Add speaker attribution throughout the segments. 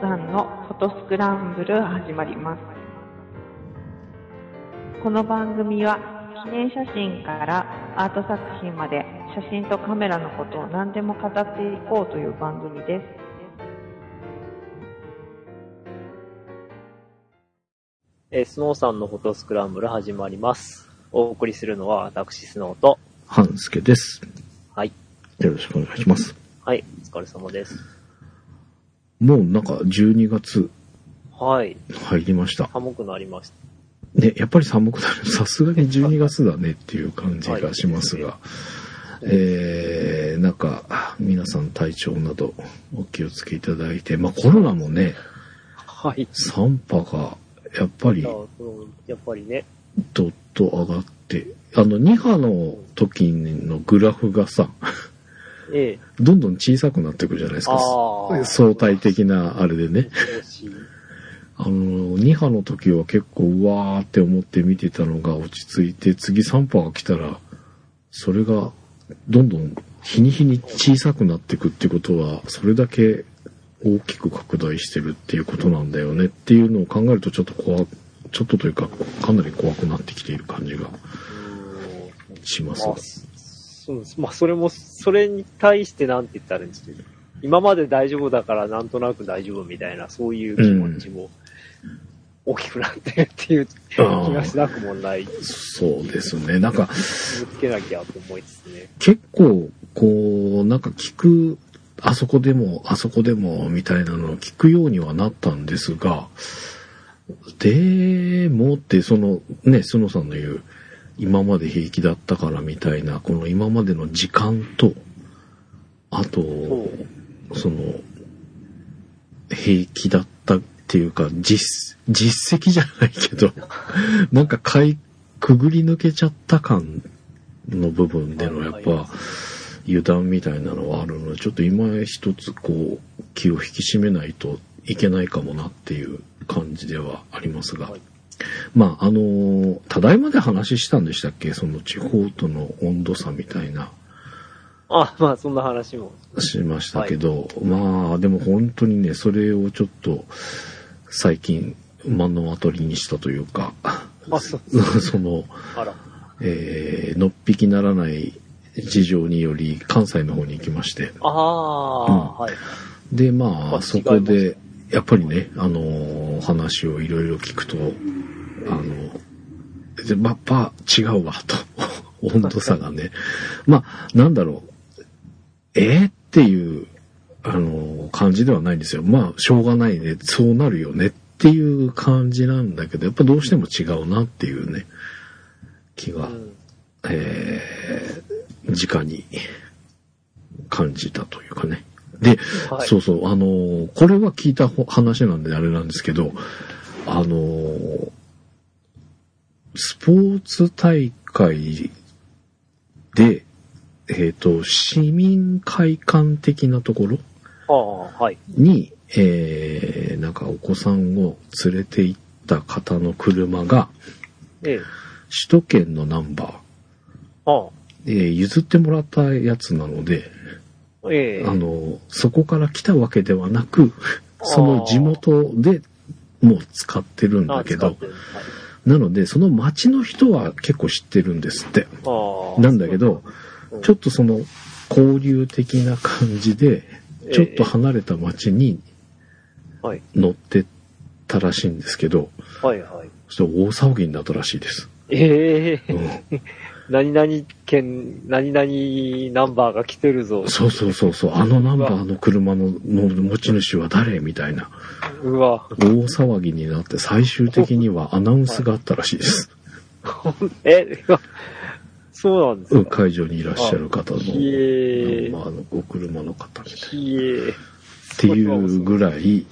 Speaker 1: さんのフォトスクランブル始まりますこの番組は記念写真からアート作品まで写真とカメラのことを何でも語っていこうという番組です
Speaker 2: えースノーさんのフォトスクランブル始まります。お送りするのは私、スノーと、
Speaker 3: 半助です。
Speaker 2: はい。
Speaker 3: よろしくお願いします。
Speaker 2: はい、お疲れ様です。
Speaker 3: もうなんか12月
Speaker 2: はい、
Speaker 3: 入りました。
Speaker 2: 寒くなりまし
Speaker 3: ね、やっぱり寒くなる。さすがに12月だねっていう感じがしま すが。えー、なんか、皆さん体調などお気をつけいただいて、まあコロナもね、
Speaker 2: た。はい。
Speaker 3: 3波がやっぱり
Speaker 2: じゃあこのやっぱりね、
Speaker 3: どっと上がって、あの2波の時のグラフがさ、
Speaker 2: ええ
Speaker 3: どんどん小さくなっていくじゃないですか。
Speaker 2: あー
Speaker 3: 相対的なあれでね。
Speaker 2: 恐ろしい。
Speaker 3: あの、2波の時は結構うわーって思って見てたのが落ち着いて、次3波が来たら、それがどんどん日に日に小さくなっていくってことは、それだけ大きく拡大してるっていうことなんだよねっていうのを考えるとちょっと怖、ちょっとというか、かなり怖くなってきている感じがします
Speaker 2: まあ、そうです。まあ、それも、それに対してなんて言ったらいいんですけど、今まで大丈夫だからなんとなく大丈夫みたいな、そういう気持ちも大きくなってるっていう気
Speaker 3: あー
Speaker 2: がしなくもない。
Speaker 3: そうですね。なんか、
Speaker 2: 続けなきゃと思いつつね。
Speaker 3: 結構、こう、なんか聞く、あそこでも、あそこでも、みたいなのを聞くようにはなったんですが、でもって、その、ね、スノさんの言う、今まで平気だったからみたいな、この今までの時間と、あと、
Speaker 2: そう。
Speaker 3: その、平気だったっていうか、実、実績じゃない けど、なんかかい、くぐり抜けちゃった感の部分でのやっぱ、油断みたいなのはあるので、ちょっと今一つこう、気を引き締めないといけないかもなっていう感じではありますが
Speaker 2: はい。
Speaker 3: まあ、あのーただいまで話したんでしたっけその地方との温度差みたいな。
Speaker 2: あ、まあ、そんな話も。
Speaker 3: しましたけど、まあでも本当にねそれをちょっと最近目の当たりにしたというか
Speaker 2: あ、そう。
Speaker 3: その、
Speaker 2: あら。
Speaker 3: えーのっぴきならない事情により関西の方に行きまして
Speaker 2: ああ、はい。
Speaker 3: でま
Speaker 2: あ
Speaker 3: あそこ
Speaker 2: 違い
Speaker 3: でやっぱりねあのー話をいろいろ聞くとあのでまあやっぱ違うわと 温度差がねまあなんだろうえー、っていうあのー感じではないんですよまあしょうがないねそうなるよねっていう感じなんだけどやっぱどうしても違うなっていうね気
Speaker 2: う
Speaker 3: が
Speaker 2: ん。
Speaker 3: えー、直に感じたというかね。で、
Speaker 2: はい
Speaker 3: そうそう、あのーこれは聞いたほ話なんであれなんですけど、あのースポーツ大会で、えっ、と、市民会館的なところ
Speaker 2: ああ、はい。
Speaker 3: に、えー、なんかお子さんを連れて行った方の車が、
Speaker 2: ええ。
Speaker 3: 首都圏のナンバー、
Speaker 2: あ
Speaker 3: えー譲ってもらったやつなので、
Speaker 2: あ、ええ。
Speaker 3: あの、そこから来たわけではなく、
Speaker 2: あー
Speaker 3: その地元でもう使ってるんだけ
Speaker 2: ああ
Speaker 3: ど、なので、その町の人は結構知ってるんですって。
Speaker 2: ああ。
Speaker 3: なんだけど、
Speaker 2: うん、
Speaker 3: ちょっとその交流的な感じで、ちょっと離れた町に
Speaker 2: はい。
Speaker 3: 乗ってったらしいんですけど、
Speaker 2: はいはい。
Speaker 3: そして大騒ぎになったらしいです。
Speaker 2: ええ
Speaker 3: うん
Speaker 2: 何々県、何々ナンバーが来てるぞ。
Speaker 3: そうそうそうそう、あのナンバーの車のの持ち主は誰みたいな。
Speaker 2: うわ。
Speaker 3: 大騒ぎになって最終的にはアナウンスがあったらしいです。
Speaker 2: え、 そうなんです
Speaker 3: うん、
Speaker 2: か。
Speaker 3: 会場にいらっしゃる方の、
Speaker 2: ひえ
Speaker 3: まあ、あの、お車の方みたいな。
Speaker 2: ひえ。
Speaker 3: っていうぐらい、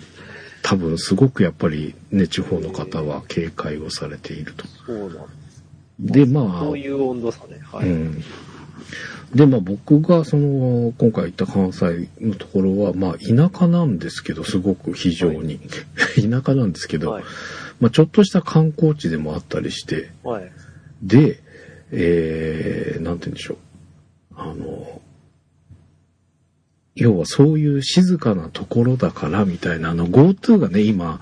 Speaker 3: 多分すごくやっぱりね、地方の方は警戒をされていると。
Speaker 2: そうなんです。
Speaker 3: で、まあ、
Speaker 2: そういう温度差ね。は
Speaker 3: う
Speaker 2: い。
Speaker 3: ん。で、まあ僕がその、今回行った関西のところは、まあ田舎なんですけど、すごく非常に。 田舎なんですけど、
Speaker 2: はい。
Speaker 3: まあちょっとした観光地でもあったりして、
Speaker 2: はい。
Speaker 3: で、えー、なんて言うんでしょう。あの、要はそういう静かなところだからみたいな、あの GoTo がね、今、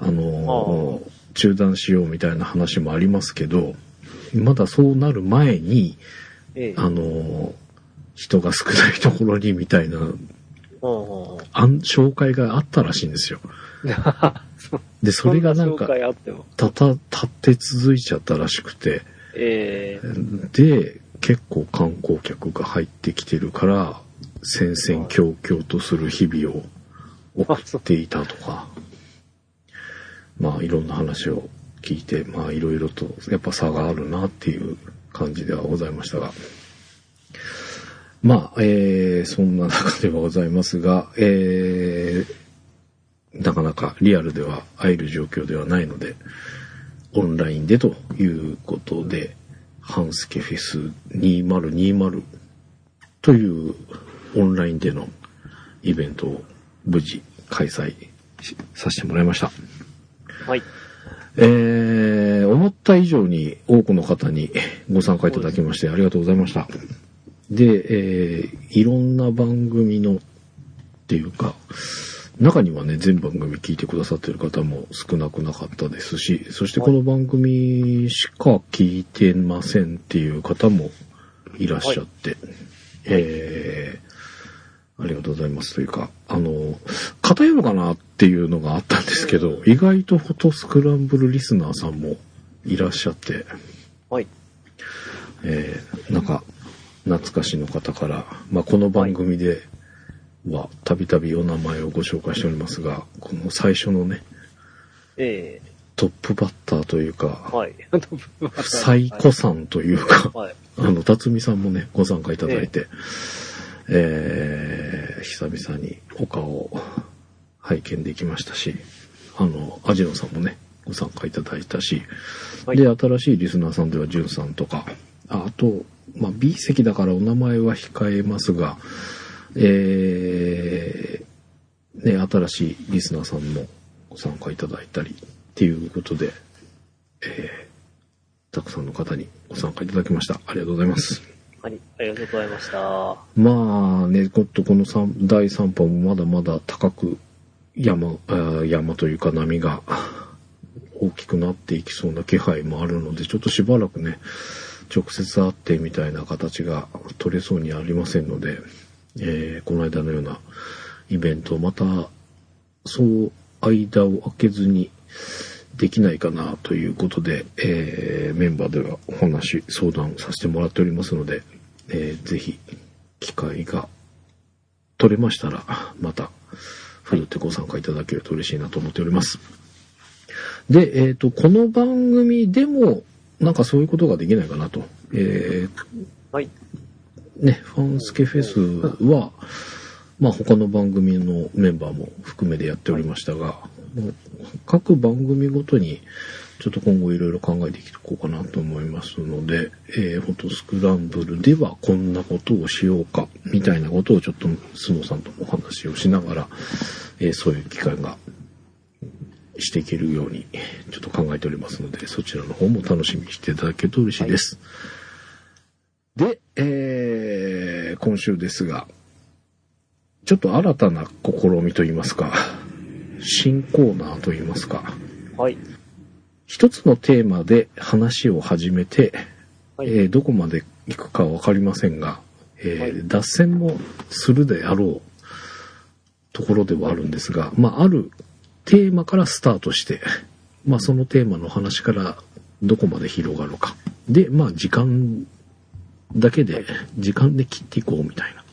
Speaker 3: あのー中断しようみたいな話もありますけど、まだそうなる前に、
Speaker 2: ええ。
Speaker 3: あのー人が少ないところにみたいな、
Speaker 2: うんうんうん。
Speaker 3: あん紹介があったらしいん ですよ。で、それがなんか
Speaker 2: そ、紹介あっても。
Speaker 3: たた、立って続いちゃったらしくて、
Speaker 2: ええ
Speaker 3: で、結構観光客が入ってきてるから、戦々恐々とする日々を送っていたとか、まあいろんな話を聞いて、まあいろいろとやっぱ差があるなっていう感じではございましたが、まあ、えーそんな中ではございますが、えーなかなかリアルでは会える状況ではないので、オンラインでということで、ハンスケフェス2020というオンラインでのイベントを無事開催しさせてもらいました。
Speaker 2: はい。
Speaker 3: えー、思った以上に多くの方にご参加いただきましてありがとうございました。で、えー、いろんな番組のっていうか、中にはね、全番組聞いてくださってる方も少なくなかったですし、そしてこの番組しか聞いてませんっていう方もいらっしゃって、えー、ありがとうございますというか、あの、偏るかなっていうのがあったんですけど、意外とフォトスクランブルリスナーさんもいらっしゃって、
Speaker 2: はい。
Speaker 3: えーなんか、懐かしの方から、まあ、この番組では、たびたびお名前をご紹介しておりますが、この最初のね、
Speaker 2: え
Speaker 3: トップバッターという
Speaker 2: え
Speaker 3: か、
Speaker 2: はい。
Speaker 3: 最古さんというか、
Speaker 2: はい。
Speaker 3: あの、辰巳さんもね、ご参加いただいて、えー久々にお顔を拝見できましたし、あの、アジノさんもね、ご参加いただいたし、
Speaker 2: はい
Speaker 3: で、新しいリスナーさんでは、ジュンさんとか、ああと、まあ、B 席だからお名前は控えますが、えー、ね、新しいリスナーさんもご参加いただいたり、っていうことで、たくさんの方にご参加いただきました。ありがとうございます。
Speaker 2: はい。ありがとうございました。は
Speaker 3: まあね、ちょっとこの三第3波もまだまだ高く山、あー山というか波が大きくなっていきそうな気配もあるので、ちょっとしばらくね、直接会ってみたいな形が取れそうにありませんので、えーこの間のようなイベントをまた、そう間を空けずにできないかなということで、えーメンバーではお話、相談させてもらっておりますので、えーぜひ機会が取れましたら、また、ふるってご参加いただけると嬉しいなと思っております。で、えっ、と、この番組でも、なんかそういうことができないかなと。え
Speaker 2: い。
Speaker 3: ーね、ファンスケフェスは、まあ他の番組のメンバーも含めでやっておりましたが、もう各番組ごとにちょっと今後いろいろ考えていこうかなと思いますので、えーフォトスクランブルではこんなことをしようか、みたいなことをちょっとスノーさんともお話をしながら、えーそういう機会がしていけるようにちょっと考えておりますので、そちらの方も楽しみにしていただけると嬉しいです。で、えー今週ですが、ちょっと新たな試みといいますか、新コーナーといいますか、
Speaker 2: はい。
Speaker 3: 一つのテーマで話を始めて、
Speaker 2: はい
Speaker 3: えーどこまで行くかわかりませんが、えー
Speaker 2: はい
Speaker 3: 脱線もするであろうところではあるんですが、まあ、あるテーマからスタートして、まあ、そのテーマの話からどこまで広がるか。で、まあ、時間だけで、時間で切っていこうみたいな。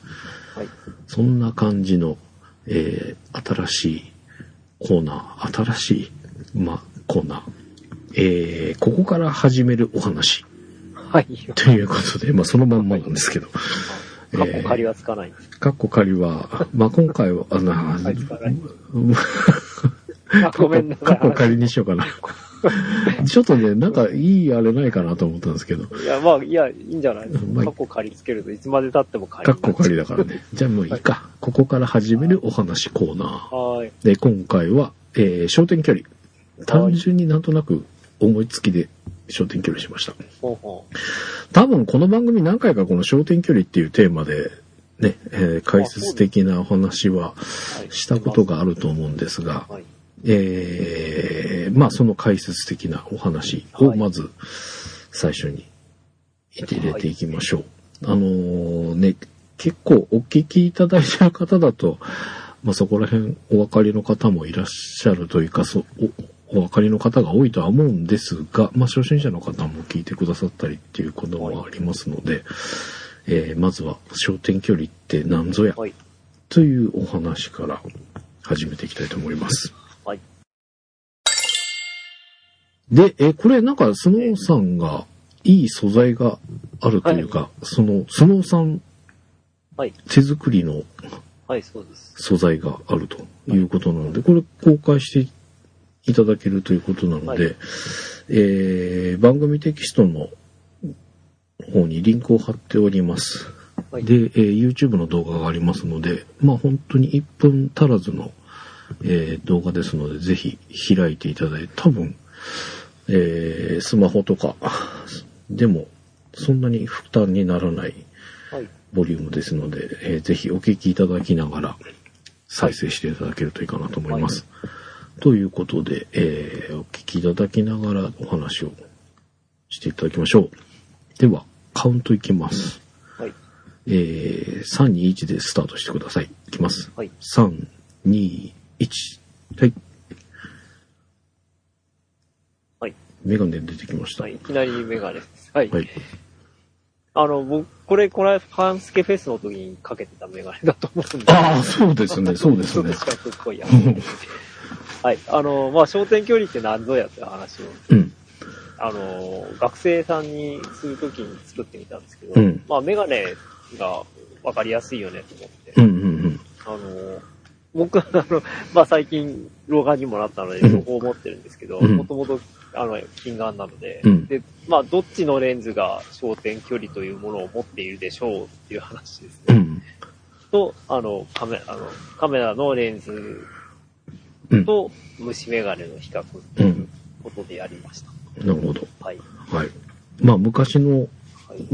Speaker 2: はい。
Speaker 3: そんな感じの、えー新しいコーナー、新しい、まあ、コーナー。えーここから始めるお話
Speaker 2: はい。
Speaker 3: ということで、まあ、そのまんまなんですけど。
Speaker 2: 過去借りはつかないんです。
Speaker 3: かっこ仮は、まあ、今回は、あな、
Speaker 2: はいつかない
Speaker 3: うん
Speaker 2: あごめんなさ
Speaker 3: か
Speaker 2: い
Speaker 3: っ。こ仮にしようかな。ちょっとね、なんかいいあれないかなと思ったんですけど、
Speaker 2: いや、まあ、いや、いいんじゃないです
Speaker 3: うま
Speaker 2: か。
Speaker 3: い
Speaker 2: 過去借りつけるといつまで経っても借
Speaker 3: か
Speaker 2: り
Speaker 3: っこ仮だからね。じゃあもういいか。ここから始めるお話コーナー。
Speaker 2: はい。
Speaker 3: で、今回は、えー、焦点距離。単純になんとなく思いつきで焦点距離しました。
Speaker 2: ほうほう。
Speaker 3: 多分この番組何回かこの焦点距離っていうテーマでね、えー解説的なお話
Speaker 2: は
Speaker 3: は
Speaker 2: い
Speaker 3: したことがあると思うんですが、
Speaker 2: はい。
Speaker 3: えーまあその解説的なお話をまず最初に入れていきましょう。あのーね、結構お聞きいただいてる方だと、まあそこら辺お分かりの方もいらっしゃるというか、そうおお分かりの方が多いとは思うんですが、まあ初心者の方も聞いてくださったりっていうこともありますので、えーまずは焦点距離って何ぞや
Speaker 2: はい。
Speaker 3: というお話から始めていきたいと思います。
Speaker 2: はい。
Speaker 3: で、えーこれなんか、スノーさんが、いい素材があるというか、その、スノーさん
Speaker 2: はい。
Speaker 3: 手作りの
Speaker 2: はい、そうです。
Speaker 3: 素材があるということなので、これ公開していただけるということなので、
Speaker 2: は
Speaker 3: えー番組テキストの方にリンクを貼っております。
Speaker 2: はい。
Speaker 3: で、えー YouTube の動画がありますので、まあ本当に1分足らずの、えー動画ですので、ぜひ開いていただいて、多分、えースマホとかでもそんなに負担にならない
Speaker 2: はい。
Speaker 3: ボリュームですので、えーぜひお聞きいただきながら再生していただけるといいかなと思います。ということで、えーお聞きいただきながらお話をしていただきましょう。では、カウントいきます。
Speaker 2: はい。
Speaker 3: えー、321でスタートしてください。いきます。
Speaker 2: はい。
Speaker 3: 3、2、1。はい。
Speaker 2: はい。
Speaker 3: メガネ出てきました。
Speaker 2: はい。いきなりメガネです。はい。
Speaker 3: はい。
Speaker 2: あの、僕、これ、これ、半助フェスの時にかけてたメガネだと思うんで。
Speaker 3: ああ、そうですね、そうです
Speaker 2: そう
Speaker 3: ね
Speaker 2: で。すか、すっごいや。はい。あの、まあ、焦点距離って何ぞやって話を、
Speaker 3: うん。
Speaker 2: あの、学生さんにするときに作ってみたんですけど、
Speaker 3: うん
Speaker 2: まあ、メガネがわかりやすいよねと思って、
Speaker 3: うんうん
Speaker 2: あの、僕、あの、まあ、最近、老眼にもなったので、
Speaker 3: うん
Speaker 2: 両方持ってるんですけど、
Speaker 3: うん
Speaker 2: もともと、あの、近眼なので、
Speaker 3: うん
Speaker 2: で、まあ、どっちのレンズが焦点距離というものを持っているでしょうっていう話ですね。
Speaker 3: うん。うん。
Speaker 2: と、あの、カメあのカメラのレンズ
Speaker 3: うん。
Speaker 2: と虫眼鏡の比較と
Speaker 3: う
Speaker 2: い
Speaker 3: ん
Speaker 2: うことでやりました。
Speaker 3: なるほど。
Speaker 2: はい。
Speaker 3: はい。まあ昔の、
Speaker 2: はい。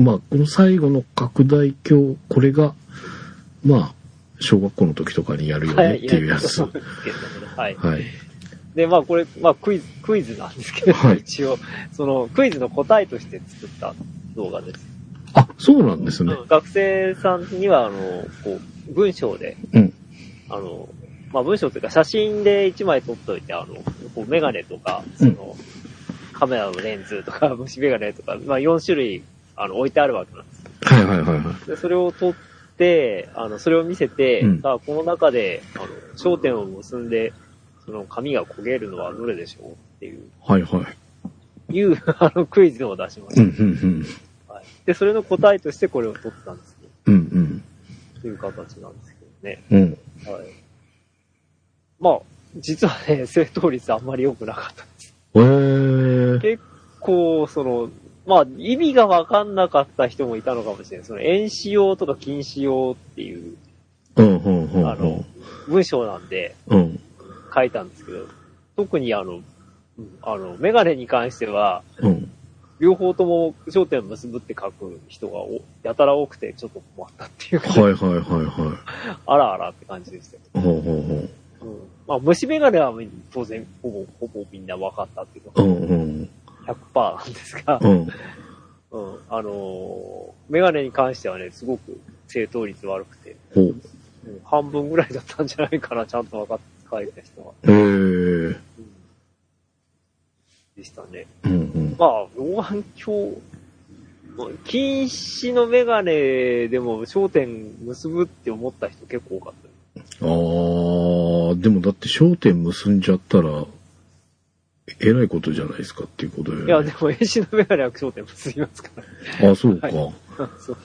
Speaker 3: まあこの最後の拡大鏡、これが、まあ、小学校の時とかにやるよねっていうやつ。
Speaker 2: は
Speaker 3: はい
Speaker 2: やそうですけどねはい。
Speaker 3: い。
Speaker 2: で、まあこれ、まあクイズ、クイズなんですけど、
Speaker 3: はい
Speaker 2: 一応、そのクイズの答えとして作った動画です。
Speaker 3: あ、そうなんですね。
Speaker 2: 学生さんには、あの、こう、文章で、
Speaker 3: うん。
Speaker 2: あの、まあ文章というか写真で一枚撮っといて、あの、こうメガネとか、その、カメラのレンズとか、 虫眼鏡とか、まあ4種類、あの、置いてあるわけなんです。
Speaker 3: はいはいはいは
Speaker 2: で、それを撮って、あの、それを見せて、
Speaker 3: うん
Speaker 2: さあ、この中で、あの、焦点を結んで、その、紙が焦げるのはどれでしょうっていう、
Speaker 3: い。はいはい。
Speaker 2: いう、 あの、クイズを出しまし
Speaker 3: う
Speaker 2: た。
Speaker 3: んうん
Speaker 2: はい、で、それの答えとしてこれを撮ったんですね。
Speaker 3: うん。うん
Speaker 2: という形なんですけどね。
Speaker 3: うん。うん。
Speaker 2: はい。まあ、実はね、 正答率あんまり良くなかった。
Speaker 3: えー。
Speaker 2: 結構、その、まあ、意味がわかんなかった人もいたのかもしれない。その、遠視用とか近視用っていう
Speaker 3: うんうんうん
Speaker 2: あの文章なんで、
Speaker 3: うん。うん。
Speaker 2: 書いたんですけど、特にあの、うんあの、メガネに関しては、
Speaker 3: うん。
Speaker 2: 両方とも焦点を結ぶって書く人がおやたら多くて、ちょっと困ったっていうか、
Speaker 3: はいはいはいは
Speaker 2: あらあらって感じでしたよ。
Speaker 3: い。ほうほ
Speaker 2: うん。まあ、虫メガネは当然、ほぼ、ほぼみんな分かったっていう
Speaker 3: うほう。
Speaker 2: か、
Speaker 3: うんうん。
Speaker 2: 100%なんですが、
Speaker 3: うん。
Speaker 2: うん。あのーメガネに関してはね、すごく正答率悪くて、
Speaker 3: ほう。
Speaker 2: うん半分ぐらいだったんじゃないかな、ちゃんと分かって書いた人は。
Speaker 3: えー。
Speaker 2: うん。でしたね。
Speaker 3: うんうん。
Speaker 2: まあ、老眼鏡、禁止のメガネでも焦点結ぶって思った人結構多かった。
Speaker 3: あー、でもだって焦点結んじゃったら、えらいことじゃないですかっていうこと
Speaker 2: いや、
Speaker 3: よ
Speaker 2: で
Speaker 3: ね。
Speaker 2: も遠視のメガネは焦点結びますか
Speaker 3: あ、そうか。
Speaker 2: はら。 そう。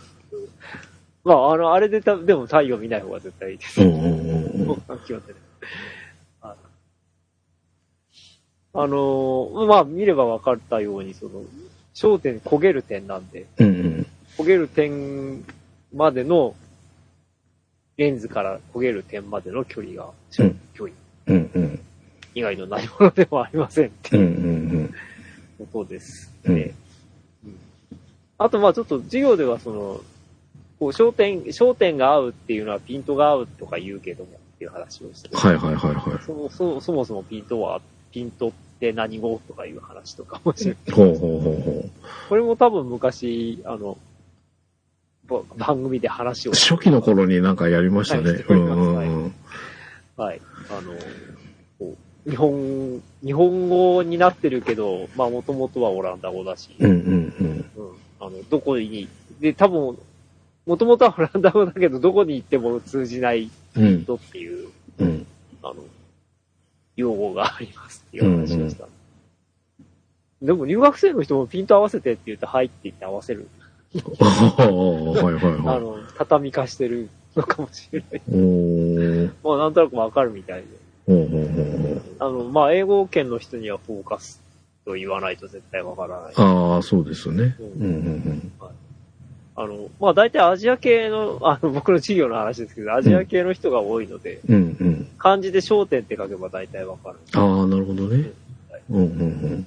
Speaker 2: まあ、あの、あれでた、でも太陽見ない方が絶対いいです。
Speaker 3: うんうんうんうん
Speaker 2: 老。眼鏡でね。はいあのーまあ、見れば分かったように、その、焦点焦げる点なんで、
Speaker 3: うん
Speaker 2: 焦げる点までの、レンズから焦げる点までの距離が、
Speaker 3: うん
Speaker 2: 距離
Speaker 3: うん。うんうん。
Speaker 2: 以外の何物でもありませんって
Speaker 3: うんう
Speaker 2: いうんことです。
Speaker 3: うん。
Speaker 2: あと、まあちょっと授業ではその、ここう、焦点、焦点が合うっていうのはピントが合うとか言うけどもっていう話をして、
Speaker 3: はいはいはいは
Speaker 2: そもそもそもそもピントは、ピントって何語とかいう話とかもして、
Speaker 3: い。ほうほうほうほ
Speaker 2: これも多分昔、あの、ぼ番組で話
Speaker 3: う。
Speaker 2: を。
Speaker 3: 初期の頃になんかやりましたね。
Speaker 2: はい
Speaker 3: うんうんうん。
Speaker 2: はい。あの、こう日本、日本語になってるけど、まあもともとはオランダ語だし、
Speaker 3: うんうん
Speaker 2: うんあの、どこに、で、多分、もともとはオランダ語だけど、どこに行っても通じない
Speaker 3: うん。うん
Speaker 2: 人っていう、
Speaker 3: うん。
Speaker 2: あの、用語がありますっていう話をした。でも留学生の人もピント合わせてって言うと、はいって言って合わせる。
Speaker 3: ああ、はいはい
Speaker 2: あ
Speaker 3: はい。
Speaker 2: の、畳み化してるのかもしれない。
Speaker 3: おー。
Speaker 2: まあ、なんとなくわかるみたいで。
Speaker 3: ほうほうほうほう。
Speaker 2: あの、まあ、英語圏の人にはフォーカスと言わないと絶対わからない。
Speaker 3: ああ、そうですね。
Speaker 2: うん
Speaker 3: うんうん
Speaker 2: あの、まあ、大体アジア系の、 あの、僕の授業の話ですけど、アジア系の人が多いので、
Speaker 3: うん。うんうん。
Speaker 2: 漢字で焦点って書けば大体わかる。
Speaker 3: ああ、なるほどね。うんうん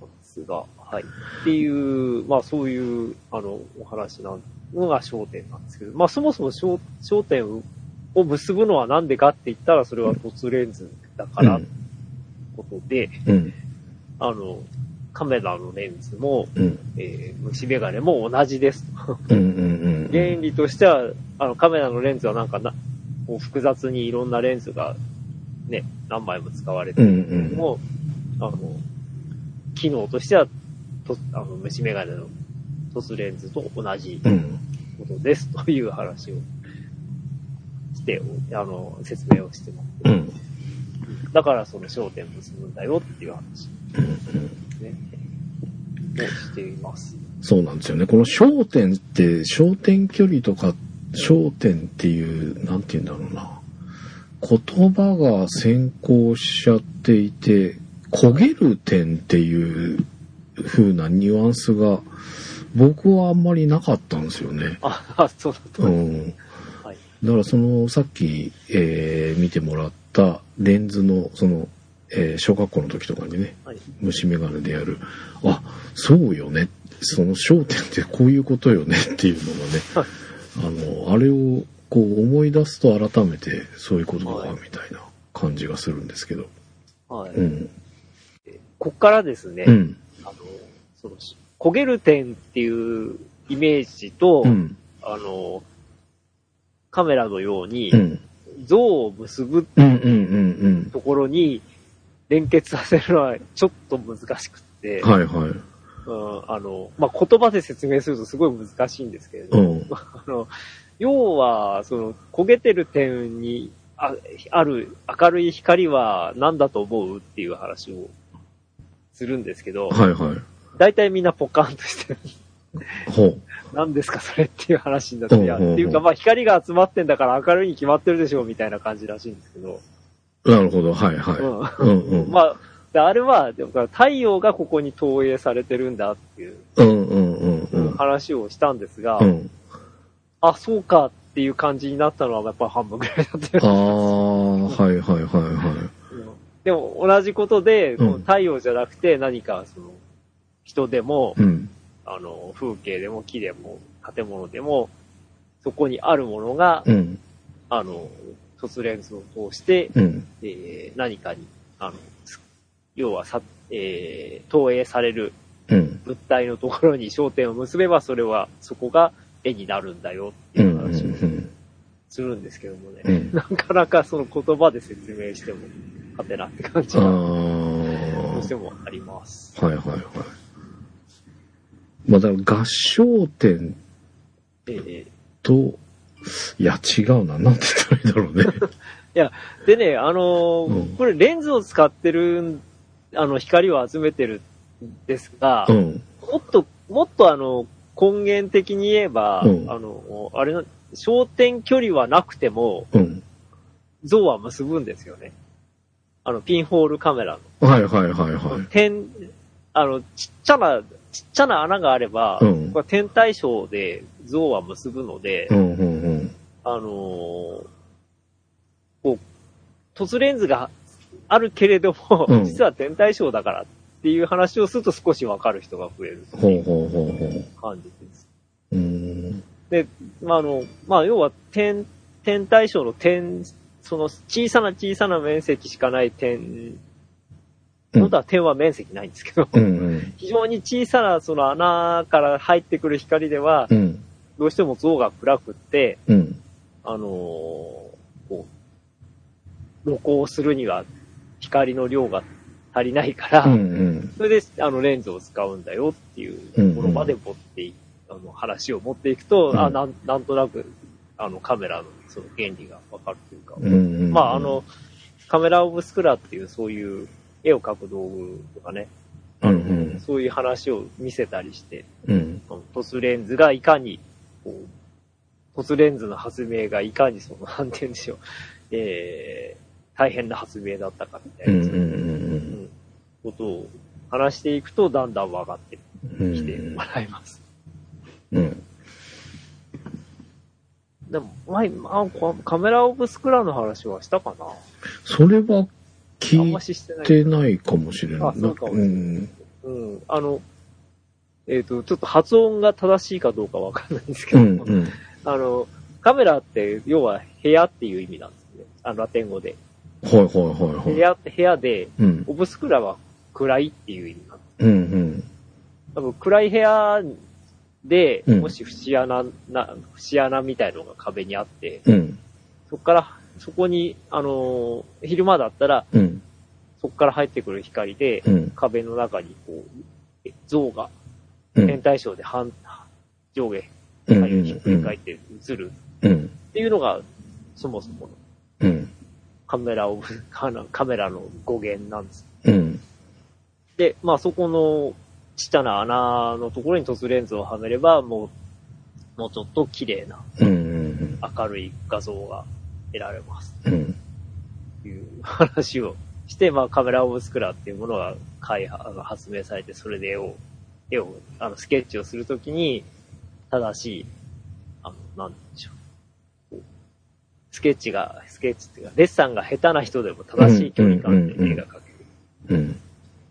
Speaker 2: ですが、はい。っていう、まあそういう、あの、お話なんのが焦点なんですけど、まあそもそも焦焦点を結ぶのはなんでかって言ったら、それは凸レンズだか
Speaker 3: うん。
Speaker 2: らってことで、
Speaker 3: うん
Speaker 2: あの、カメラのレンズも、
Speaker 3: うん
Speaker 2: えー虫眼鏡も同じですと。
Speaker 3: うんうんうん。
Speaker 2: 原理としては、あの、カメラのレンズはなんかな、こう複雑にいろんなレンズが、ね、何枚も使われて
Speaker 3: うん
Speaker 2: る
Speaker 3: う
Speaker 2: けど
Speaker 3: ん。
Speaker 2: も、あの、機能としては、とあの虫眼鏡の凸レンズと同じ
Speaker 3: うん。
Speaker 2: ことですという話をして、あの、説明をしてます。
Speaker 3: うん。
Speaker 2: だからその焦点結ぶんだよっていう話ですね。をしています。
Speaker 3: そうなんですよね。この焦点って、焦点距離とか、焦点っていう、なんて言うんだろうな。言葉が先行しちゃっていて、焦げる点っていう風なニュアンスが、僕はあんまりなかったんですよね。
Speaker 2: あ、あそうだと。
Speaker 3: うん。
Speaker 2: はい。
Speaker 3: だからそのさっき、えー見てもらったレンズのその、えー小学校の時とかにね
Speaker 2: はい。
Speaker 3: 虫眼鏡でやるあそうよねその焦点ってこういうことよね っていうのがねあのあれをこう思い出すと改めてそういうことか
Speaker 2: はい
Speaker 3: みたいな感じがするんですけど、
Speaker 2: はい。
Speaker 3: うん
Speaker 2: こっからですね、
Speaker 3: うん
Speaker 2: あの、その、焦げる点っていうイメージと、
Speaker 3: うん
Speaker 2: あの、カメラのように
Speaker 3: う、ん
Speaker 2: 像を結ぶ
Speaker 3: うんうんうん
Speaker 2: ところに連結させるのはちょっと難しくって、
Speaker 3: うんはいはい
Speaker 2: うん、あの、まあ、言葉で説明するとすごい難しいんですけれど、
Speaker 3: うん
Speaker 2: あの、要は、その、焦げてる点にあある明るい光は何だと思うっていう話をするんですけど、
Speaker 3: はいはい
Speaker 2: 大体みんなポカンとして、
Speaker 3: ほう
Speaker 2: 何ですかそれっていう話になって、いや、っ
Speaker 3: うんうんうん
Speaker 2: ていうか、まあ、光が集まってんだから明るいに決まってるでしょうみたいな感じらしいんですけど、
Speaker 3: なるほどはいはい、
Speaker 2: うん
Speaker 3: うんうん
Speaker 2: まあ、であれは、でも太陽がここに投影されてるんだっていう
Speaker 3: うんうんうんうん
Speaker 2: 話をしたんですが、
Speaker 3: うん
Speaker 2: あ、そうかっていう感じになったのはやっぱり半分ぐらいだった
Speaker 3: あ
Speaker 2: よ
Speaker 3: あ、はいはいはいは
Speaker 2: うんでも同じことで、
Speaker 3: うん
Speaker 2: この太陽じゃなくて何かその人でも、
Speaker 3: い。うん。
Speaker 2: あの風景でも木でも建物でも、そこにあるものが、
Speaker 3: うん。
Speaker 2: あの、凸レンズを通して、
Speaker 3: うん。
Speaker 2: えー何かに、あの、す要はさ、えー投影される
Speaker 3: うん。
Speaker 2: 物体のところに焦点を結べば、それは、そこが絵になるんだよって
Speaker 3: う。
Speaker 2: いうん話を
Speaker 3: うん。
Speaker 2: するんですけどもね。
Speaker 3: うん。
Speaker 2: なかなかその言葉で説明しても勝てなって感じ
Speaker 3: ああ。
Speaker 2: がどうして
Speaker 3: は
Speaker 2: もあります。
Speaker 3: いはいはい。まあ、だから合唱点
Speaker 2: で
Speaker 3: と、いや違うな。なんて言ったらいいんだろうね。
Speaker 2: でね、あのー
Speaker 3: うん
Speaker 2: これレンズを使ってる、あの、光を集めてるんですが、
Speaker 3: うん。
Speaker 2: もっと、もっとあの、根源的に言えば、
Speaker 3: うん
Speaker 2: あの、あれな、焦点距離はなくても、
Speaker 3: うん。
Speaker 2: 像は結ぶんですよね。あの、ピンホールカメラ
Speaker 3: はいはいはい
Speaker 2: の。
Speaker 3: は
Speaker 2: 点、あの、ちっちゃな、ちっちゃな穴があれば、
Speaker 3: い。うん
Speaker 2: こ。れは天体ショーで像は結ぶので、
Speaker 3: うんうんうん。
Speaker 2: あのーこう、凸レンズがあるけれども、
Speaker 3: うん
Speaker 2: 実は天体ショーだからっていう話をすると少しわかる人が増える
Speaker 3: ほうほうほうほう。
Speaker 2: 感じです。
Speaker 3: うん。
Speaker 2: で、まあ、あの、まあ、要は点、点対象の点、その小さな小さな面積しかない点、本当は点は面積ないんですけど、
Speaker 3: うんうん。
Speaker 2: 非常に小さなその穴から入ってくる光では、
Speaker 3: うん。
Speaker 2: どうしても像が暗くって、
Speaker 3: うん。
Speaker 2: あのーこう、露光するには光の量が足りないから、
Speaker 3: うんうん。
Speaker 2: それで、あの、レンズを使うんだよっていうところまで持っていあの、話を持っていくと、
Speaker 3: うん
Speaker 2: あなん、なんとなく、あの、カメラのその原理がわかるというか、
Speaker 3: うんうん。
Speaker 2: まあ、あの、カメラオブスクラっていうそういう絵を描く道具とかね、
Speaker 3: うん、
Speaker 2: そういう話を見せたりして、
Speaker 3: うん。うん。
Speaker 2: そのトスレンズがいかに、こう、トスレンズの発明がいかにその、なんて言うんでしょう、えー、大変な発明だったかみた
Speaker 3: う
Speaker 2: い
Speaker 3: ん
Speaker 2: な、
Speaker 3: うんうん
Speaker 2: うんことを話していくと、だんだん分かって
Speaker 3: うん。うん
Speaker 2: きてもらいます。
Speaker 3: うん。
Speaker 2: でも、前、あこカメラオブスクラの話はしたかな
Speaker 3: それは
Speaker 2: あん
Speaker 3: 聞
Speaker 2: ま
Speaker 3: い
Speaker 2: ししてない。
Speaker 3: てないかもしれない。
Speaker 2: あそうかもし
Speaker 3: う
Speaker 2: れない
Speaker 3: ん。
Speaker 2: うん。あの、えっ、と、ちょっと発音が正しいかどうかわかんないんですけ
Speaker 3: う
Speaker 2: ど、
Speaker 3: んうん。
Speaker 2: あの、カメラって、要は部屋っていう意味なんですね。あの、ラテン語で。
Speaker 3: はいはいは
Speaker 2: 部
Speaker 3: いはい。
Speaker 2: 屋って部屋で、
Speaker 3: うん。
Speaker 2: オブスクラは暗いっていう意味なんです。
Speaker 3: うんうん。
Speaker 2: 多分暗い部屋で、
Speaker 3: うん
Speaker 2: もし節穴な、節穴みたいのが壁にあって、
Speaker 3: うん。
Speaker 2: そこから、そこに、あのー昼間だったら、
Speaker 3: うん。
Speaker 2: そこから入ってくる光で
Speaker 3: う、ん。
Speaker 2: 壁の中に、こう、え像が、
Speaker 3: うん。
Speaker 2: 天対称で反、上下、
Speaker 3: うん
Speaker 2: 左右ひっくり返って映る
Speaker 3: うん。
Speaker 2: っていうのが、そもそもの
Speaker 3: うん。
Speaker 2: カメラを、あのカメラの語源なんです。
Speaker 3: うん。
Speaker 2: で、まあそこの、ちっちゃな穴のところに凸レンズをはめれば、もう、もうちょっと綺麗な
Speaker 3: うん。うん。
Speaker 2: 明るい画像が得られます。
Speaker 3: うん。
Speaker 2: という話をして、まあ、カメラオブスクラっていうものが開発、あの発明されて、それで絵を、絵を、あの、スケッチをするときに、正しい、あの、なんでしょう。こうスケッチが、スケッチっていうか、デッサンが下手な人でも正しい距離感で絵が描ける。
Speaker 3: うん。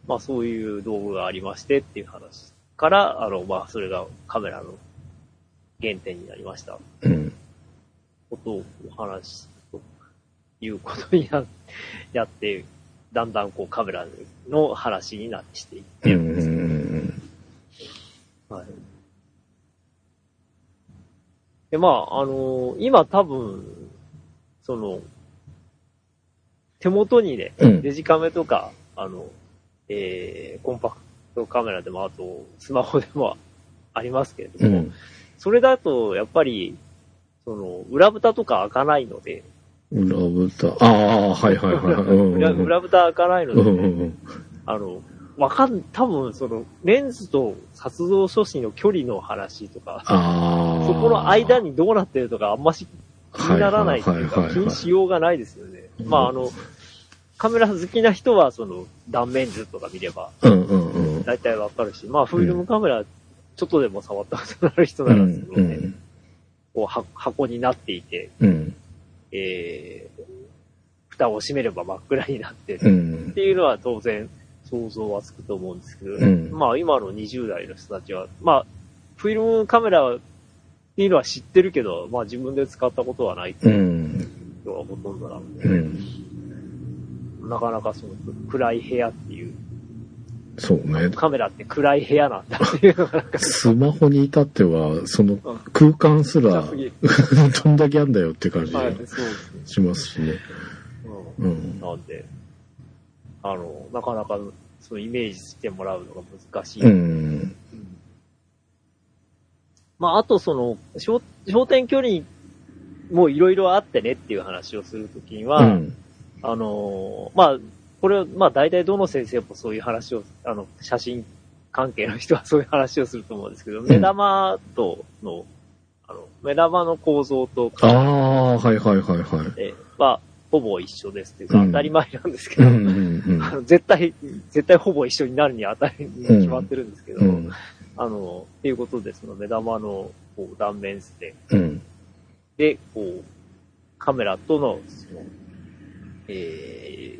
Speaker 2: まあ、そういう道具がありましてっていう話から、あの、まあ、それがカメラの原点になりました。
Speaker 3: うん。
Speaker 2: ことをお話しということにややって、だんだんこうカメラの話になってしていっ
Speaker 3: う
Speaker 2: てるんです。
Speaker 3: ん。
Speaker 2: はい、で、まあ、あのー今多分、その、手元にね、
Speaker 3: うん。
Speaker 2: デジカメとか、あの、えー、コンパクトカメラでも、あと、スマホでもありますけれど
Speaker 3: う
Speaker 2: も、
Speaker 3: ん。
Speaker 2: それだと、やっぱり、その、裏蓋とか開かないので、
Speaker 3: 裏蓋。ああ、はいはいはい。うん。
Speaker 2: 裏裏蓋開かないの
Speaker 3: う
Speaker 2: で、
Speaker 3: んうん。
Speaker 2: あの、わかん、多分その、レンズと撮像初心の距離の話とか、
Speaker 3: ああ。
Speaker 2: そこの間にどうなってるとかあんまし気にならないっていうか、気にしようがないですよね。まああの、カメラ好きな人はその、断面図とか見れば、
Speaker 3: うんうんうん。
Speaker 2: 大体わかるし、まあフィルムカメラ、ちょっとでも触ったことのある人ならすごいね、
Speaker 3: ん。
Speaker 2: こうは箱になっていて、
Speaker 3: うん。
Speaker 2: えー、蓋を閉めれば真っ暗になってる
Speaker 3: う
Speaker 2: っ
Speaker 3: ん。
Speaker 2: ていうのは当然想像はつくと思うんですけど、
Speaker 3: うん
Speaker 2: まあ今の20代の人たちは、まあフィルムカメラっていうのは知ってるけど、まあ自分で使ったことはないって
Speaker 3: う。
Speaker 2: いうんのがほとんどなので、
Speaker 3: うん。
Speaker 2: なかなかその暗い部屋っていう、
Speaker 3: そうね。
Speaker 2: カメラって暗い部屋なんだっていうのがなんか
Speaker 3: スマホに至っては、その空間す
Speaker 2: 暗
Speaker 3: ら、
Speaker 2: すぎる。
Speaker 3: どんだけあんだよって感じ
Speaker 2: は
Speaker 3: が
Speaker 2: い、そうですね。
Speaker 3: しますしね。
Speaker 2: う
Speaker 3: うん
Speaker 2: ん、。なんで、あの、なかなかそのイメージしてもらうのが難しい。
Speaker 3: うん。
Speaker 2: まあ、あとその、焦焦点距離もいろいろあってねっていう話をするときには、
Speaker 3: うん。
Speaker 2: あのー、まあ、これは、まあ大体どの先生もそういう話を、あの、写真関係の人はそういう話をすると思うんですけど、目玉との、あの、目玉の構造と、
Speaker 3: ああ、はいはいはいはい。
Speaker 2: えーは、ほぼ一緒ですっていうか、
Speaker 3: うん
Speaker 2: 当たり前なんですけ
Speaker 3: う
Speaker 2: ど、
Speaker 3: んうん
Speaker 2: あの絶対、絶対ほぼ一緒になるに当たりに決まってるんですけど、
Speaker 3: うん。うん。
Speaker 2: あの、っていうことで、その目玉のこう断面図で、
Speaker 3: うん。
Speaker 2: で、こう、カメラとの、そのえー、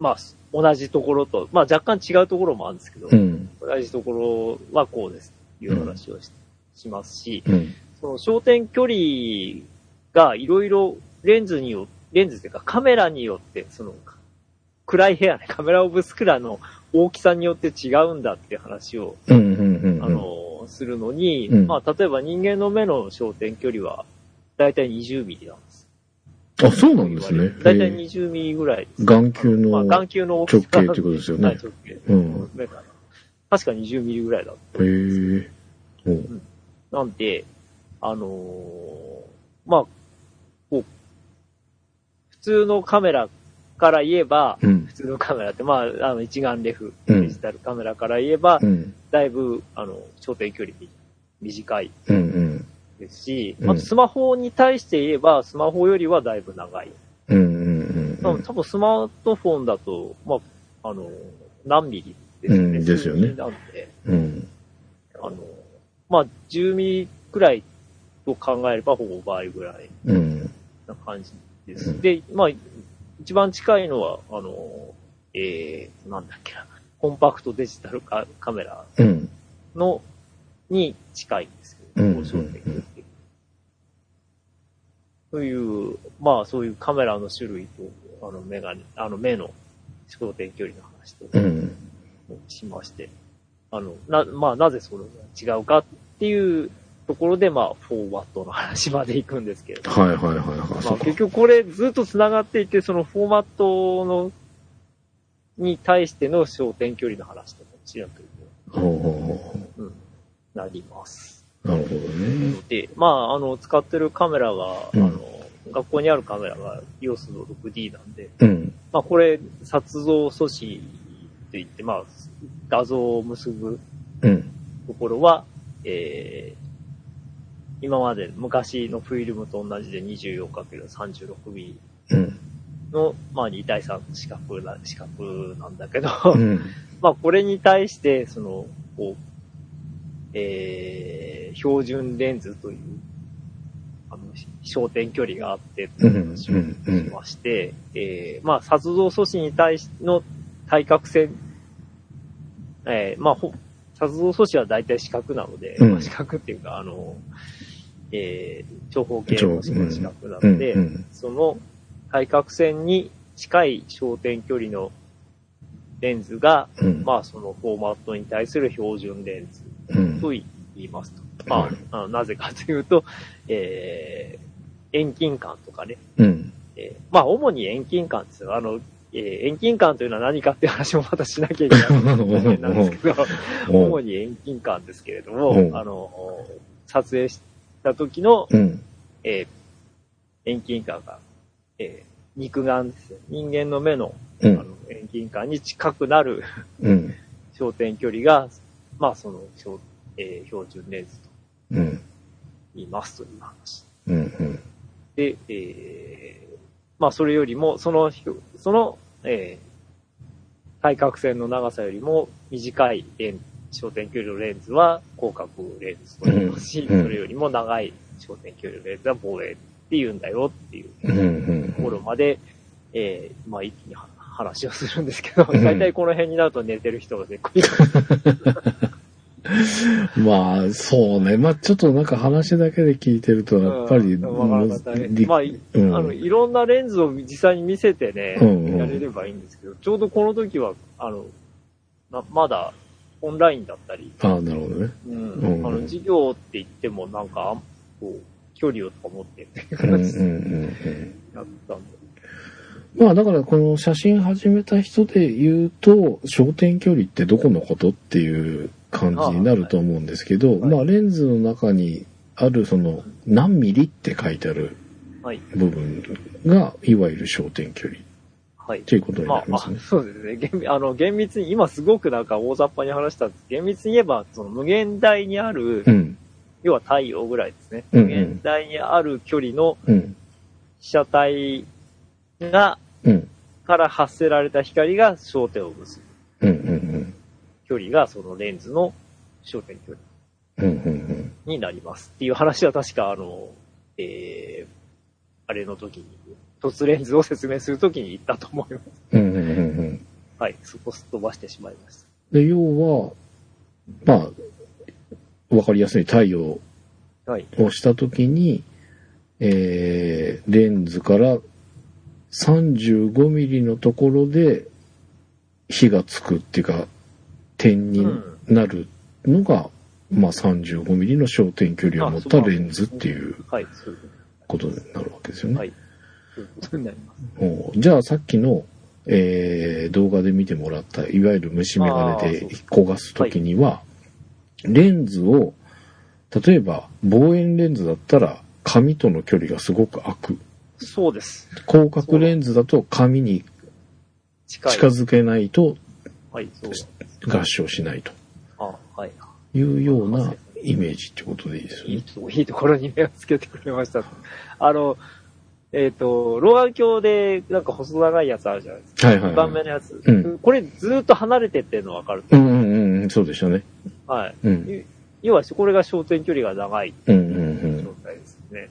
Speaker 2: まあ、同じところと、まあ若干違うところもあるんですけど、
Speaker 3: うん。
Speaker 2: 同じところはこうです、いう話をし,、しますし、
Speaker 3: うん。
Speaker 2: その焦点距離がいろいろレンズによ、レンズというかカメラによって、その、暗い部屋ね、 カメラオブスクラの大きさによって違うんだっていう話を、
Speaker 3: うんうんうんうん。
Speaker 2: あの、するのに、
Speaker 3: うん
Speaker 2: まあ、例えば人間の目の焦点距離は、だいたい20ミリなんです。
Speaker 3: あ、そうなんですね。
Speaker 2: だいたい
Speaker 3: えー
Speaker 2: 20ミリぐらいです。
Speaker 3: 眼球
Speaker 2: まあ、
Speaker 3: の。
Speaker 2: 眼球の大
Speaker 3: 直
Speaker 2: き
Speaker 3: 径
Speaker 2: さ
Speaker 3: ってことですよね
Speaker 2: はい直径
Speaker 3: うん。
Speaker 2: 目かな確か20ミリぐらいだった
Speaker 3: へえ。おう
Speaker 2: なんで、あのーまあ、こう、普通のカメラから言えば、
Speaker 3: うん
Speaker 2: 普。通のカメラって、まあ、あの、一眼レフ、
Speaker 3: うん
Speaker 2: デジタルカメラから言えば、
Speaker 3: うん。
Speaker 2: だいぶ、あの、焦点距離短い
Speaker 3: うんうん。
Speaker 2: ですし、
Speaker 3: うん
Speaker 2: あとスマホに対して言えば、スマホよりはだいぶ長い。
Speaker 3: うんうんう
Speaker 2: 多
Speaker 3: ん
Speaker 2: 分多分スマートフォンだと、まあ、あの、何ミリですよね。
Speaker 3: うんですよね
Speaker 2: 数ミリなんで、
Speaker 3: うん。うん。
Speaker 2: あの、まあ、10ミリくらいと考えれば、ほぼ倍ぐらい。
Speaker 3: うん。
Speaker 2: な感じで
Speaker 3: うん
Speaker 2: す。で、まあ、一番近いのは、あの、えー、なんだっけな、コンパクトデジタルカカメラ
Speaker 3: うん。
Speaker 2: の、に近いんですけ
Speaker 3: う
Speaker 2: ど、
Speaker 3: ん
Speaker 2: こう焦点距離っていうという、まあそういうカメラの種類と、あの、メガネ、あの、目の焦点距離の話と
Speaker 3: うん。
Speaker 2: しまして、あの、な、まあなぜそれが違うかっていうところで、まあ、フォーマットの話まで行くんですけれど。
Speaker 3: はいはいはいはい。
Speaker 2: ま
Speaker 3: そ
Speaker 2: あ、
Speaker 3: っか
Speaker 2: 結局これずっと繋がっていて、そのフォーマットの、に対しての焦点距離の話とかもしなく
Speaker 3: ほうほうほ
Speaker 2: なります。
Speaker 3: う。なるほどね。
Speaker 2: で、まあ、あの、使ってるカメラが、
Speaker 3: うん
Speaker 2: あの、学校にあるカメラが EOS の 6D なんで、
Speaker 3: うん。
Speaker 2: まあ、これ、撮像素子って言って、まあ、画像を結ぶ
Speaker 3: うん。
Speaker 2: ところは、えー今まで昔のフィルムと同じで 24×36mm
Speaker 3: うん。
Speaker 2: の、まあ、2対3四角な、四角なんだけど、
Speaker 3: うん。
Speaker 2: まあ、これに対して、その、こう、えー、標準レンズという、あの、焦点距離があって、
Speaker 3: うんうん
Speaker 2: しまして、えー、まあ、撮像素子に対しの対角線、えー、まあ、ほ撮像素子は大体四角なので、
Speaker 3: うん
Speaker 2: まあ四角っていうか、あの、えー、長方形の四角な
Speaker 3: う
Speaker 2: の
Speaker 3: ん。
Speaker 2: で、
Speaker 3: うん。
Speaker 2: その対角線に近い焦点距離のレンズが、
Speaker 3: うん。
Speaker 2: まあそのフォーマットに対する標準レンズ
Speaker 3: うん。
Speaker 2: と言いますと。まあ、あのなぜかというと、えー遠近感とかね、
Speaker 3: うん。
Speaker 2: えーまあ主に遠近感ですよ。あの、えー遠近感というのは何かっていう話をまたしなきゃいけない大変なんですけど、主に遠近感ですけれど
Speaker 3: うん
Speaker 2: も、あの、撮影した時の
Speaker 3: うん。
Speaker 2: えー遠近感が、えー肉眼ですね。人間の目の,、
Speaker 3: う
Speaker 2: あ
Speaker 3: ん。
Speaker 2: の遠近感に近くなる
Speaker 3: うん。
Speaker 2: 焦点距離が、まあその、標えー標準レンズと
Speaker 3: うん。
Speaker 2: 言いますという話。
Speaker 3: うん。
Speaker 2: で、えーまあそれよりも、その、その、えー対角線の長さよりも短いレン焦点距離のレンズは広角レンズと言いますし、
Speaker 3: うんうん
Speaker 2: それよりも長い焦点距離のレンズは望遠って言うんだよっていう。
Speaker 3: うん。うん。
Speaker 2: ところまで、えーまあ一気には話をするんですけど、
Speaker 3: うん
Speaker 2: 大体この辺になると寝てる人が結構いる。
Speaker 3: まあ、そうね。まあ、ちょっとなんか話だけで聞いてると、やっぱり、
Speaker 2: うんわからなかったねまあ、い
Speaker 3: うん
Speaker 2: あの、いろんなレンズを実際に見せてね、
Speaker 3: うんうん
Speaker 2: やれればいいんですけど、ちょうどこの時は、あの、ままだオンラインだったり、
Speaker 3: ああ、なるほどね。
Speaker 2: うん
Speaker 3: うん
Speaker 2: あの、授業って言ってもなんか、あんこう、距離を保ってっていう
Speaker 3: うんう
Speaker 2: 感
Speaker 3: ん
Speaker 2: じ
Speaker 3: う
Speaker 2: だっ
Speaker 3: んうん。
Speaker 2: たんで、
Speaker 3: まあだからこの写真始めた人で言うと、焦点距離ってどこのことっていう感じになると思うんですけど、
Speaker 2: あはい
Speaker 3: まあレンズの中にあるその何ミリって書いてある
Speaker 2: はい、
Speaker 3: 部分が、いわゆる焦点距離っ
Speaker 2: はい。
Speaker 3: ていうことに
Speaker 2: ま
Speaker 3: な
Speaker 2: あ
Speaker 3: り
Speaker 2: ま
Speaker 3: ます
Speaker 2: あ
Speaker 3: ね、。
Speaker 2: そうですね。厳密あの厳密に、今すごくなんか大雑把に話したんですけど、厳密に言えば、その無限大にある、
Speaker 3: うん、
Speaker 2: 要は太陽ぐらいですね。
Speaker 3: うんう
Speaker 2: 無
Speaker 3: ん
Speaker 2: 限大にある距離の
Speaker 3: うん、
Speaker 2: 被写体が、
Speaker 3: うん、
Speaker 2: から発せられた光が焦点を結ぶ。
Speaker 3: うん、うん、
Speaker 2: 距離がそのレンズの焦点距離
Speaker 3: うん、うん、うん、
Speaker 2: になります。っていう話は確か、あの、えー、あれの時に、凸レンズを説明するときに言ったと思います。
Speaker 3: うん、うん、うん、うん。
Speaker 2: はい、そこすっ飛ばしてしまいました。
Speaker 3: で、要は、まあ、わかりやすい太陽
Speaker 2: はい。
Speaker 3: をした時に、えーレンズから35ミリのところで火がつくっていうか点になるのが、まあ、35ミリの焦点距離を持ったレンズっていう
Speaker 2: はい、そういうこ
Speaker 3: ことになるわけです
Speaker 2: と。
Speaker 3: よね。
Speaker 2: はい。そういうことになります。
Speaker 3: おうじゃあさっきの、えー動画で見てもらったいわゆる虫眼鏡
Speaker 2: あーそ
Speaker 3: で
Speaker 2: う
Speaker 3: 焦がす時には、レンズを例えば望遠レンズだったら紙との距離がすごく空く
Speaker 2: そうです。
Speaker 3: 広角レンズだと紙に
Speaker 2: 近い。
Speaker 3: 近づけないと
Speaker 2: はい、そう。
Speaker 3: 合掌しないと
Speaker 2: あ、はい。
Speaker 3: いうようなイメージってことでいいですよ
Speaker 2: いい
Speaker 3: ね。
Speaker 2: とこいいところに目をつけてくれました。あの、えっ、と、老眼鏡で、なんか細長いやつあるじゃないですか。
Speaker 3: はいはい、
Speaker 2: 2番
Speaker 3: は
Speaker 2: 目
Speaker 3: い。
Speaker 2: のやつ。
Speaker 3: うん
Speaker 2: これずーっと離れてっていうのわかる。
Speaker 3: うんうんうんうん、そうでしたね。
Speaker 2: はい。
Speaker 3: うん。
Speaker 2: 要は、これが焦点距離が長い
Speaker 3: うんうんうん
Speaker 2: 状。態ですね。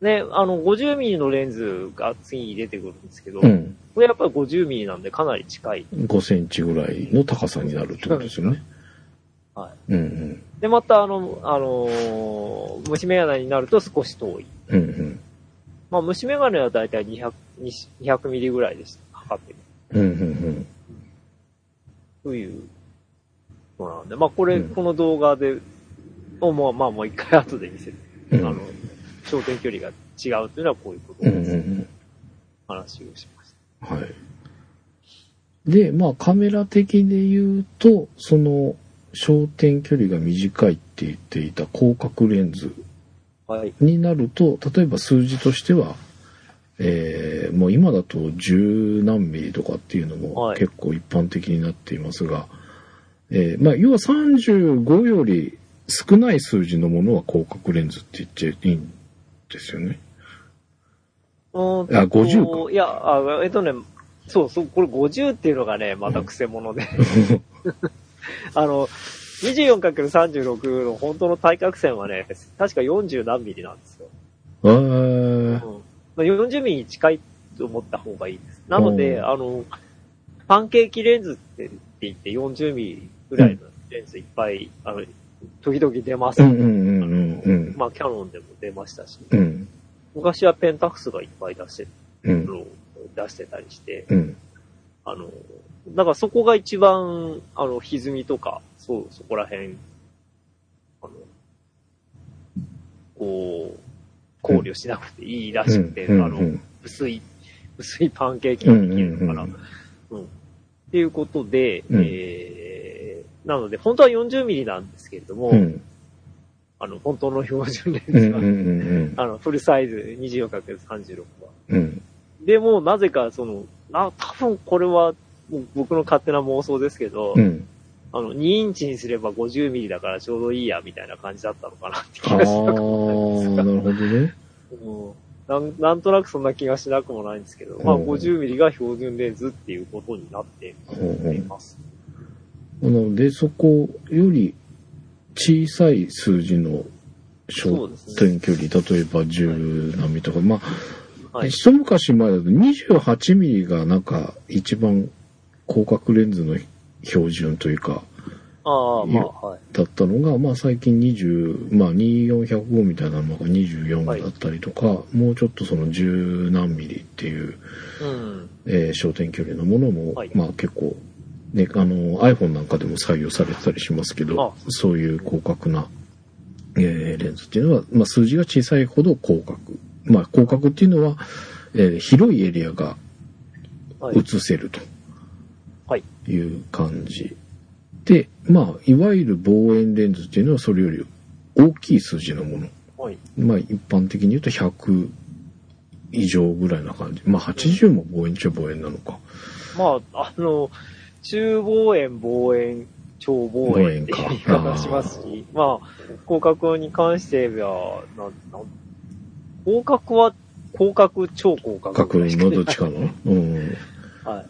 Speaker 2: ね、あの、50ミリのレンズが次に出てくるんですけど、
Speaker 3: うん。
Speaker 2: これやっぱり50ミリなんでかなり近い。
Speaker 3: 5センチぐらいの高さになるってことですよね。
Speaker 2: は
Speaker 3: うんうん。
Speaker 2: で、また、あの、あのー虫眼鏡になると少し遠い。
Speaker 3: うんうん。
Speaker 2: まあ、虫眼鏡はだいたい200、200ミリぐらいでした。測ってる。
Speaker 3: うんうん
Speaker 2: というのなんで、まあ、これ、
Speaker 3: うん
Speaker 2: この動画で、をもう、まあ、もう一回後で見せる。
Speaker 3: う
Speaker 2: あ
Speaker 3: ん。
Speaker 2: の、焦点距離が違うというのはこういうこと
Speaker 3: うんうん
Speaker 2: です。
Speaker 3: うん。
Speaker 2: 話をしまし
Speaker 3: はい。で、まあカメラ的で言うと、その焦点距離が短いって言っていた広角レンズ
Speaker 2: た。はい。
Speaker 3: になると、例えば数字としては、えーもう今だと十何ミリとかっていうのも
Speaker 2: はい
Speaker 3: 結構一般的になっていますが、えーまあ要は35より少ない数字のものは広角レンズって言っちゃいいんですよね。
Speaker 2: うーんと
Speaker 3: あ50
Speaker 2: いや、あえっとね、そうそう、これ50っていうのがね、また癖者で。 あの、24×36 の本当の対角線はね、確か40何ミリなんですよ。
Speaker 3: あ
Speaker 2: うん
Speaker 3: ー
Speaker 2: まあ、40ミリに近いと思った方がいいです。なの
Speaker 3: う
Speaker 2: で、
Speaker 3: ん
Speaker 2: あの、パンケーキレンズってって言って40ミリぐらいのレンズいっぱい、あの、時々出ます。
Speaker 3: うんうんうんうんうん。
Speaker 2: まあ、キャノンでも出ましたし、
Speaker 3: うん。
Speaker 2: 昔はペンタックスがいっぱい出して
Speaker 3: うん。
Speaker 2: のを出してたりして、
Speaker 3: うん。
Speaker 2: あの、だからそこが一番、あの、歪みとか、そう、そこら辺、あの、こう、考慮しなくていいらしくて、
Speaker 3: うん
Speaker 2: あの
Speaker 3: う、ん
Speaker 2: 薄い、薄いパンケーキができるから、
Speaker 3: う
Speaker 2: うんんっていうことで、
Speaker 3: うん
Speaker 2: えー、なので、本当は40ミリなんですけれども、
Speaker 3: うん
Speaker 2: あの、本当の標準レン
Speaker 3: うん
Speaker 2: ズ
Speaker 3: うん
Speaker 2: は、
Speaker 3: うん
Speaker 2: あの、フルサイズ 24×36 は。
Speaker 3: うんうん
Speaker 2: でも、なぜか、その、あ、多分これは、もう僕の勝手な妄想ですけど、
Speaker 3: うん
Speaker 2: あの、2インチにすれば50ミリだからちょうどいいや、みたいな感じだったのかなって気
Speaker 3: ああ
Speaker 2: がしなくもない
Speaker 3: ー、なるほどね。
Speaker 2: ですがうんなんなんとなくそんな気がしなくもないんですけど、まあ
Speaker 3: うん
Speaker 2: 50ミリが標準レンズっていうことになっています。
Speaker 3: なので、そこより小さい数字の
Speaker 2: そう
Speaker 3: 焦
Speaker 2: ですね。
Speaker 3: 点距離、例えば10何ミリとか、まあ、
Speaker 2: はい。
Speaker 3: 一昔前だと28ミリがなんか一番広角レンズの標準というか、
Speaker 2: ああ、
Speaker 3: いや
Speaker 2: まあ、はい。
Speaker 3: だったのが、まあ最近20、まあ2405みたいなのが24だったりとか、もうちょっとその10何ミリっていう
Speaker 2: うん。
Speaker 3: えー焦点距離のものも、
Speaker 2: はい
Speaker 3: まあ結構、ね、あの iPhone なんかでも採用されてたりしますけど
Speaker 2: あ
Speaker 3: そういう広角な、えーレンズっていうのは、まあ、数字が小さいほど広角、まあ、広角っていうのは、えー広いエリアが
Speaker 2: はい。
Speaker 3: 映せると、
Speaker 2: はい
Speaker 3: い、う感じで、まあ、いわゆる望遠レンズっていうのはそれより大きい数字のもの
Speaker 2: はい。
Speaker 3: まあ一般的に言うと100以上ぐらいな感じ。まあ80も望遠中望遠なのか。
Speaker 2: まあ、あの、中望遠、望遠、超望遠って
Speaker 3: 望遠か
Speaker 2: 言い方しますし、まあ、広角に関しては、なん、なん、広角は、広角、超広角
Speaker 3: 角
Speaker 2: ぐらいしか
Speaker 3: のどっちかの。うん。っ
Speaker 2: はい。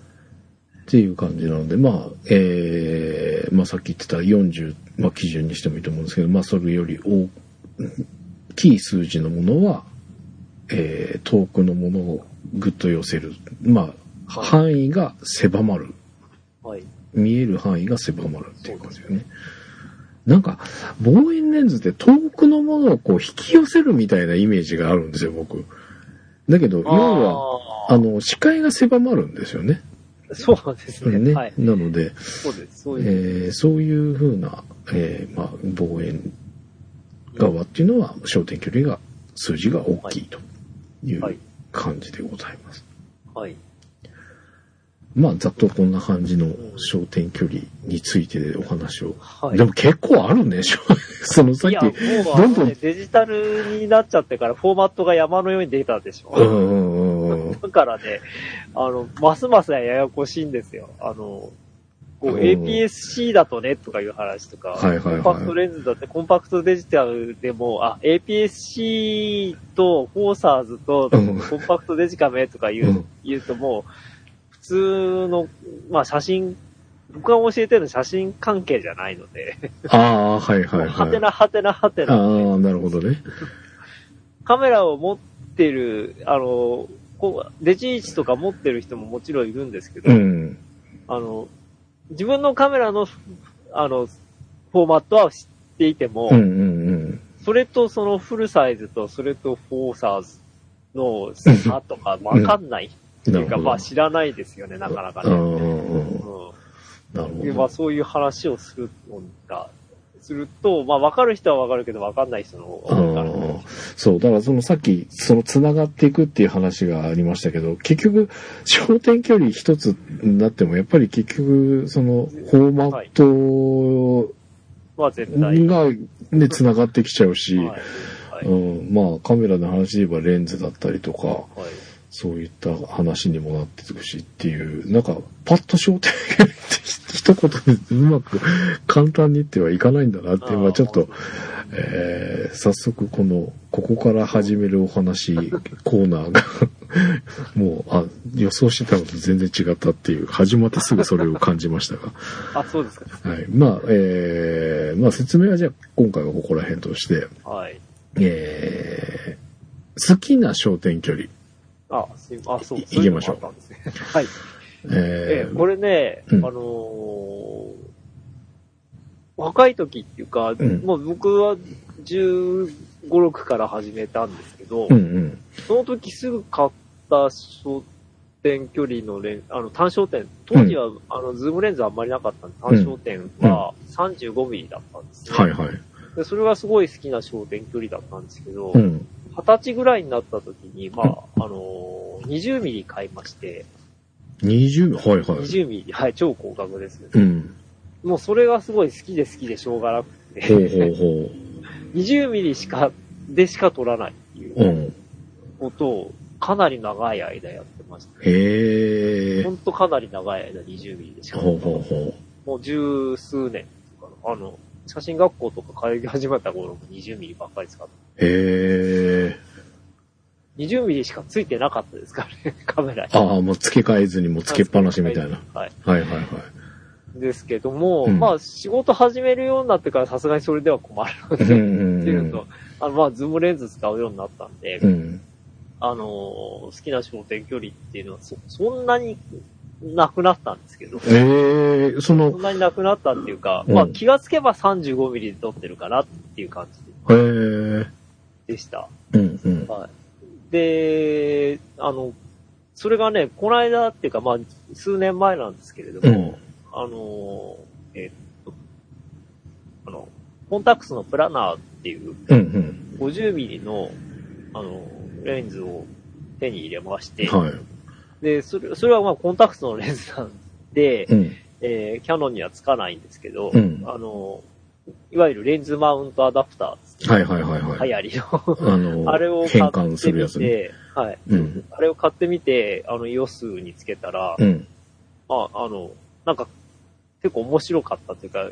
Speaker 3: ていう感じなので、まあ、えー、まあさっき言ってた40、まあ基準にしてもいいと思うんですけど、まあそれより大きい数字のものは、えー、遠くのものをぐっと寄せる。まあ、
Speaker 2: はい
Speaker 3: 範囲が狭まる。
Speaker 2: はい。
Speaker 3: 見える範囲が狭まるっていう感じだよね。うなんか、望遠レンズって遠くのものをこう引き寄せるみたいなイメージがあるんですよ、僕。だけど、要は、
Speaker 2: あ
Speaker 3: あの、視界が狭まるんですよね。
Speaker 2: ーそうなんですね。
Speaker 3: ね。
Speaker 2: はい。
Speaker 3: なので、
Speaker 2: そうです。そういう。
Speaker 3: えーそういうふうな、えーまあ、望遠側っていうのは、焦点距離が、数字が大きいという
Speaker 2: はい
Speaker 3: 感じでございます。
Speaker 2: はい。
Speaker 3: まあ、ざっとこんな感じの焦点距離についてでお話を。
Speaker 2: はい。
Speaker 3: でも結構あるね、しょ そのさっ
Speaker 2: い
Speaker 3: き
Speaker 2: や、もう、あ
Speaker 3: ど
Speaker 2: の
Speaker 3: んどん
Speaker 2: ね、デジタルになっちゃってからフォーマットが山のように出たでしょ。
Speaker 3: うんうんうんうん。
Speaker 2: だからね、あの、ますますややこしいんですよ。あの、こ
Speaker 3: う
Speaker 2: う、
Speaker 3: ん
Speaker 2: APS-C だとね、とかいう話とか、
Speaker 3: はいはいはい
Speaker 2: コンパクトレンズだって、コンパクトデジタルでも、あ、APS-C と、フォーサーズと、
Speaker 3: うん
Speaker 2: コンパクトデジカメとか言う、
Speaker 3: うん
Speaker 2: 言うともう、普通の、まあ写真、僕が教えてるのは写真関係じゃないので、
Speaker 3: ああ、はいはい
Speaker 2: は
Speaker 3: は
Speaker 2: て
Speaker 3: い。あ
Speaker 2: なはてなはて
Speaker 3: あ
Speaker 2: な。
Speaker 3: ー、なるほどね。
Speaker 2: カメラを持ってる、あの、こうデジイチとか持ってる人ももちろんいるんですけど、
Speaker 3: うん。
Speaker 2: あの、自分のカメラの、あの、フォーマットは知っていても、
Speaker 3: うんうんうん。
Speaker 2: それとそのフルサイズと、それとフォーサーズの差とかわかんないっていうか、
Speaker 3: うん
Speaker 2: まあ知らないですよね、なかなか
Speaker 3: う
Speaker 2: ね。
Speaker 3: んうんうん。なる
Speaker 2: う
Speaker 3: ほ
Speaker 2: ん。でまあ
Speaker 3: ど。
Speaker 2: そういう話をするのが、すると、まあわかる人はわかるけど、わかんない人の方がわかる
Speaker 3: うんそう、だからそのさっき、その繋がっていくっていう話がありましたけど、結局、焦点距離一つになっても、やっぱり結局、その、フォーマット
Speaker 2: まあ絶対。はい
Speaker 3: がね、繋がってきちゃうし、
Speaker 2: はい。はい
Speaker 3: うん、まあカメラの話で言えばレンズだったりとか、
Speaker 2: はい
Speaker 3: そういった話にもなってくしっていう、なんか、パッと焦点距離って一言でうまく簡単にってはいかないんだなって、まあちょっと、えー早速この、ここから始めるお話コーナーが、 もう、あ、予想してたのと全然違ったっていう、始まってすぐそれを感じましたが。
Speaker 2: あ、そうですか。
Speaker 3: はい。まあ、えーまあ説明はじゃあ今回はここら辺として、
Speaker 2: はい。
Speaker 3: えー好きな焦点距離。
Speaker 2: あ、すいあ、そう。
Speaker 3: い行きましょう
Speaker 2: そういうのもあったんですねはい。
Speaker 3: え
Speaker 2: ええ
Speaker 3: ー
Speaker 2: これね、
Speaker 3: うん
Speaker 2: あのー若い時っていうか、
Speaker 3: ん
Speaker 2: もう僕は15、6から始めたんですけど、
Speaker 3: うんうん。
Speaker 2: その時すぐ買った焦点距離のレン、あの、単焦点、当時は、あの、ズームレンズあんまりなかったんで、単焦点は35ミリだったんですね、
Speaker 3: はいはい。
Speaker 2: で。それがすごい好きな焦点距離だったんですけど、
Speaker 3: う
Speaker 2: 二十
Speaker 3: ん。
Speaker 2: 歳ぐらいになった時に、まあ、あのー20ミリ買いまして、
Speaker 3: 20、はいはい。
Speaker 2: 20ミリ、はい、超広角ですね。
Speaker 3: うん。
Speaker 2: もうそれがすごい好きで好きでしょうがなく
Speaker 3: ほう
Speaker 2: て、
Speaker 3: ほうほ。
Speaker 2: 20ミリしか、でしか撮らないっていう
Speaker 3: う。
Speaker 2: うんことを、かなり長い間やってました。
Speaker 3: へえ
Speaker 2: ほ。んとかなり長い間20ミリでしか
Speaker 3: ほ
Speaker 2: 撮
Speaker 3: う
Speaker 2: らない
Speaker 3: ほうほ
Speaker 2: もう十数年とかのあの、写真学校とか通い始めた頃も20ミリばっかり使って、
Speaker 3: う。へえ。
Speaker 2: 20ミリしかついてなかったですからね、 カメラに。
Speaker 3: ああ、もう付け替えずにもう付けっぱなしみたいな。。
Speaker 2: はい。
Speaker 3: はいはいはい。
Speaker 2: ですけども、
Speaker 3: うん
Speaker 2: まあ仕事始めるようになってからさすがにそれでは困るので、
Speaker 3: うん
Speaker 2: っ
Speaker 3: うん
Speaker 2: ていううの
Speaker 3: ん
Speaker 2: と、あの、まあズームレンズ使うようになったんで、
Speaker 3: うん。
Speaker 2: あのー好きな焦点距離っていうのはそ、そんなになくなったんですけど、
Speaker 3: ええ、そ
Speaker 2: そ
Speaker 3: の
Speaker 2: ん、なになくなったっていうか、
Speaker 3: うん
Speaker 2: まあ気がつけば35ミリで撮ってるかなっていう感じ
Speaker 3: へえ。うん
Speaker 2: でした。
Speaker 3: うん。
Speaker 2: で、あの、それがね、この間っていうか、まあ数年前なんですけれど
Speaker 3: う
Speaker 2: も、
Speaker 3: ん。
Speaker 2: あのーえっと、あの、コンタックスのプラナーっていう
Speaker 3: うん
Speaker 2: 50ミリの、あの、レンズを手に入れまし
Speaker 3: う
Speaker 2: て、
Speaker 3: ん。はい。
Speaker 2: で、それ、それはまあコンタクトのレンズなんで、
Speaker 3: うん。
Speaker 2: えーキャノンにはつかないんですけど、
Speaker 3: うん。
Speaker 2: あの、いわゆるレンズマウントアダプターですね。
Speaker 3: はいはいはいはい。
Speaker 2: 流行りの。
Speaker 3: あ の、
Speaker 2: あれを
Speaker 3: 変
Speaker 2: 買
Speaker 3: 換
Speaker 2: っ
Speaker 3: す
Speaker 2: て
Speaker 3: るや
Speaker 2: み
Speaker 3: つね。
Speaker 2: て、はい。
Speaker 3: うん。
Speaker 2: あれを買ってみて、あの、イオスにつけたら、
Speaker 3: うん。
Speaker 2: まあ、あの、なんか、結構面白かったというか、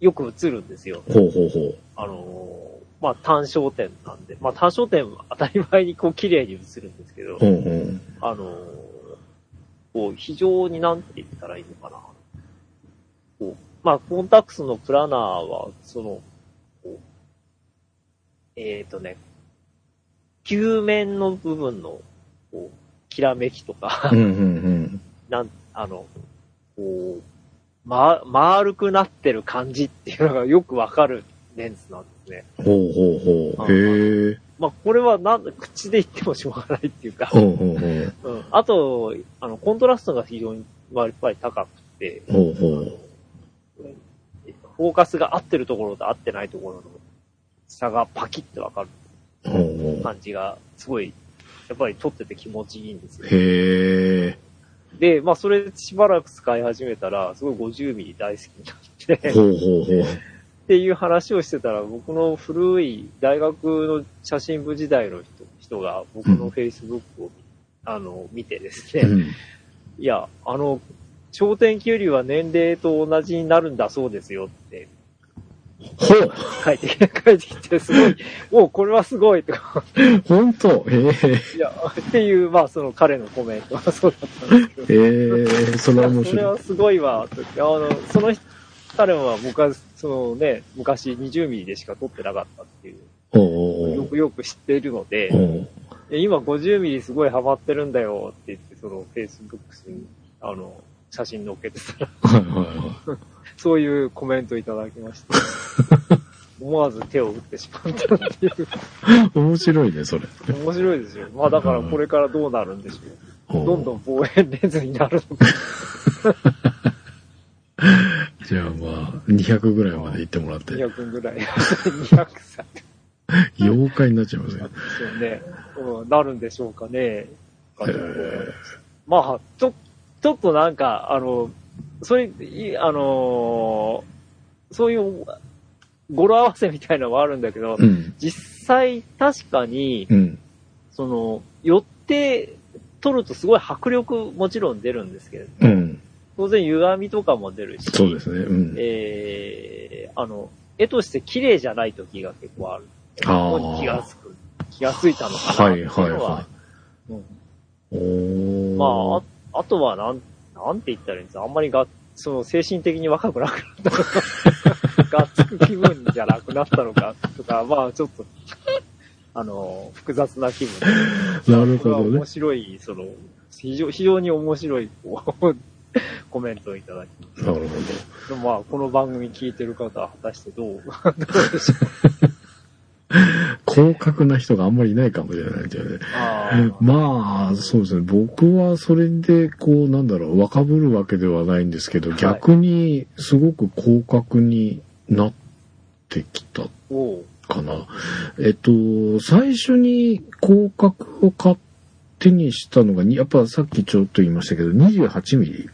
Speaker 2: よく映るんですよ。
Speaker 3: ほうほうほ
Speaker 2: あのーまあ、単焦点なんで、まあ、単焦点は当たり前にこう綺麗に映るんですけど
Speaker 3: う。う、んうん。
Speaker 2: あのーこう、非常になんて言ったらいいのかな。こう、まあ、コンタクスのプランナーは、その、こうえっ、ー、とね、球面の部分の、こう、きらめきとか
Speaker 3: う、んうん
Speaker 2: なん、あの、こう、ま、丸くなってる感じっていうのがよくわかるレンズなんですね。
Speaker 3: ほうほうほう。
Speaker 2: う
Speaker 3: へえ。
Speaker 2: まあ、これはなん、口で言ってもしょうがないっていうか、
Speaker 3: ほうほうほう。
Speaker 2: うん。あと、あの、コントラストが非常に、まあ、やっぱり高くて、
Speaker 3: ほうほう。
Speaker 2: フォーカスが合ってるところと合ってないところの差がパキッてわかる
Speaker 3: ほうほ
Speaker 2: 感じが、すごい、やっぱり撮ってて気持ちいいんですよ
Speaker 3: う。。へえ。
Speaker 2: で、まあ、それしばらく使い始めたら、すごい50ミリ大好きになって、
Speaker 3: ほうほうほう。
Speaker 2: っていう話をしてたら、僕の古い大学の写真部時代の人人が、僕の Facebook を、あの、見てですね、
Speaker 3: うん。
Speaker 2: いや、あの、頂点給料は年齢と同じになるんだそうですよって
Speaker 3: ほう
Speaker 2: 書いて、 書いてきて、すごい、おうこれはすごいとか、
Speaker 3: ほんとへえ。
Speaker 2: いや、っていう、まあ、その彼のコメントが そうだったんですけど。
Speaker 3: ええ、そ
Speaker 2: い
Speaker 3: れは
Speaker 2: や
Speaker 3: 面
Speaker 2: それ
Speaker 3: 白い。
Speaker 2: はすごいわ。とあの、その人彼は僕は、そのね、昔20ミリでしか撮ってなかったっていう、
Speaker 3: ほう
Speaker 2: よ
Speaker 3: ほ
Speaker 2: くよく知っているので
Speaker 3: うほう。、ほう
Speaker 2: え今50ミリすごいハマってるんだよって言って、その Facebook に、あの、写真載っけてたら、
Speaker 3: はいはいはい。
Speaker 2: そういうコメントいただきまして、思わず手を打ってしまったっていう、
Speaker 3: 面白いね、それ。
Speaker 2: 面白いですよ。まあだからこれからどうなるんでしょう。ど
Speaker 3: ど
Speaker 2: んどん望遠レンズになるのか。
Speaker 3: じゃあまあ、200ぐらいまで行ってもらって、
Speaker 2: 200ぐらい。200歳。
Speaker 3: 妖怪になっちゃいますね。
Speaker 2: ですよね。うん、なるんでしょうかね。
Speaker 3: へー
Speaker 2: まあ、ちょ、ちょっとなんか、あの、そういうい、あのーそういう語呂合わせみたいなのはあるんだけど、
Speaker 3: うん。
Speaker 2: 実際確かに、
Speaker 3: うん。
Speaker 2: その、寄って撮るとすごい迫力もちろん出るんですけれど、
Speaker 3: うん。
Speaker 2: 当然歪みとかも出るし、
Speaker 3: そうですね。うん。
Speaker 2: えー、あの、絵として綺麗じゃない時が結構ある。
Speaker 3: あー
Speaker 2: 気がつく。気がついたのか
Speaker 3: は
Speaker 2: なってい
Speaker 3: いうはい
Speaker 2: のは。
Speaker 3: は
Speaker 2: うん
Speaker 3: い。お
Speaker 2: まあ
Speaker 3: ー。、
Speaker 2: ああとはなん、なんて言ったらいいんですかあんまりが、その精神的に若くなくなったの か、がっつく気分じゃなくなったのか、とか、まあちょっと、あの、複雑な気分。
Speaker 3: なる
Speaker 2: こ
Speaker 3: ほ
Speaker 2: れは
Speaker 3: どね
Speaker 2: 面。白い、その、非常非常に面白い、こう、コメントをいただき
Speaker 3: なるほど。
Speaker 2: でもまあ、この番組聞いてる方は果たしてどう、どうでしょう
Speaker 3: 広角な人があんまりいないかもしれないんだよね。
Speaker 2: あー
Speaker 3: まあ、そうですね。僕はそれで、こう、なんだろう、若ぶるわけではないんですけど、
Speaker 2: はい
Speaker 3: 逆に、すごく広角になってきた
Speaker 2: おう
Speaker 3: かな。えっと、最初に広角を買って、手にしたのがに、やっぱさっきちょっと言いましたけど、28ミリ。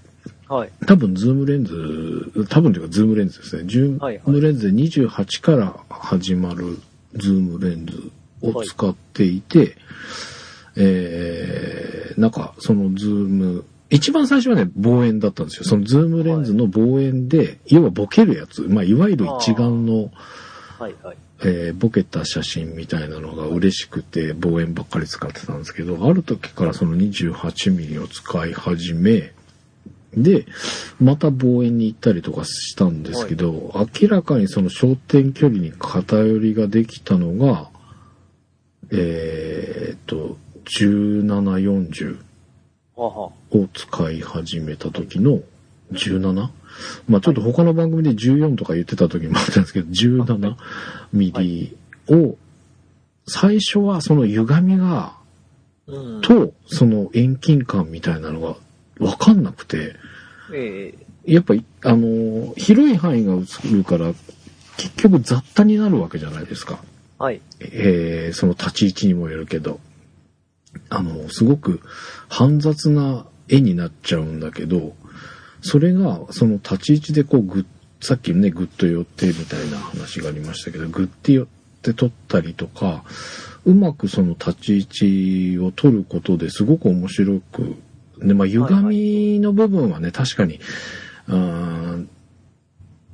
Speaker 2: はい。
Speaker 3: 多分ズームレンズ、多分というかズームレンズですね。ズ
Speaker 2: はいはい
Speaker 3: ームレンズで28から始まるズームレンズを使っていて、えー、なんかそのズーム、一番最初はね、望遠だったんですよ。そのズームレンズの望遠で、要はボケるやつ、まあいわゆる一眼の、
Speaker 2: はいはい。
Speaker 3: えーボケた写真みたいなのが嬉しくて望遠ばっかり使ってたんですけど、ある時からその28ミリを使い始め、で、また望遠に行ったりとかしたんですけど、明らかにその焦点距離に偏りができたのが、えーっと、1740
Speaker 2: はあは
Speaker 3: を使い始めた時の 17? まあちょっと他の番組で14とか言ってた時もあったんですけど、17ミリを、最初はその歪みが、
Speaker 2: あ。うん。
Speaker 3: と、その遠近感みたいなのがわかんなくて、
Speaker 2: ええ
Speaker 3: やっぱり、あの、広い範囲が映るから、結局雑多になるわけじゃないですか。
Speaker 2: はい。
Speaker 3: えーその立ち位置にもよるけど、あの、すごく煩雑な絵になっちゃうんだけど、それが、その立ち位置でこう、ぐっ、さっきね、ぐっと寄ってみたいな話がありましたけど、ぐって寄って撮ったりとか、うまくその立ち位置を撮ることですごく面白く、で、まあ、歪みの部分はね、確かに、うーん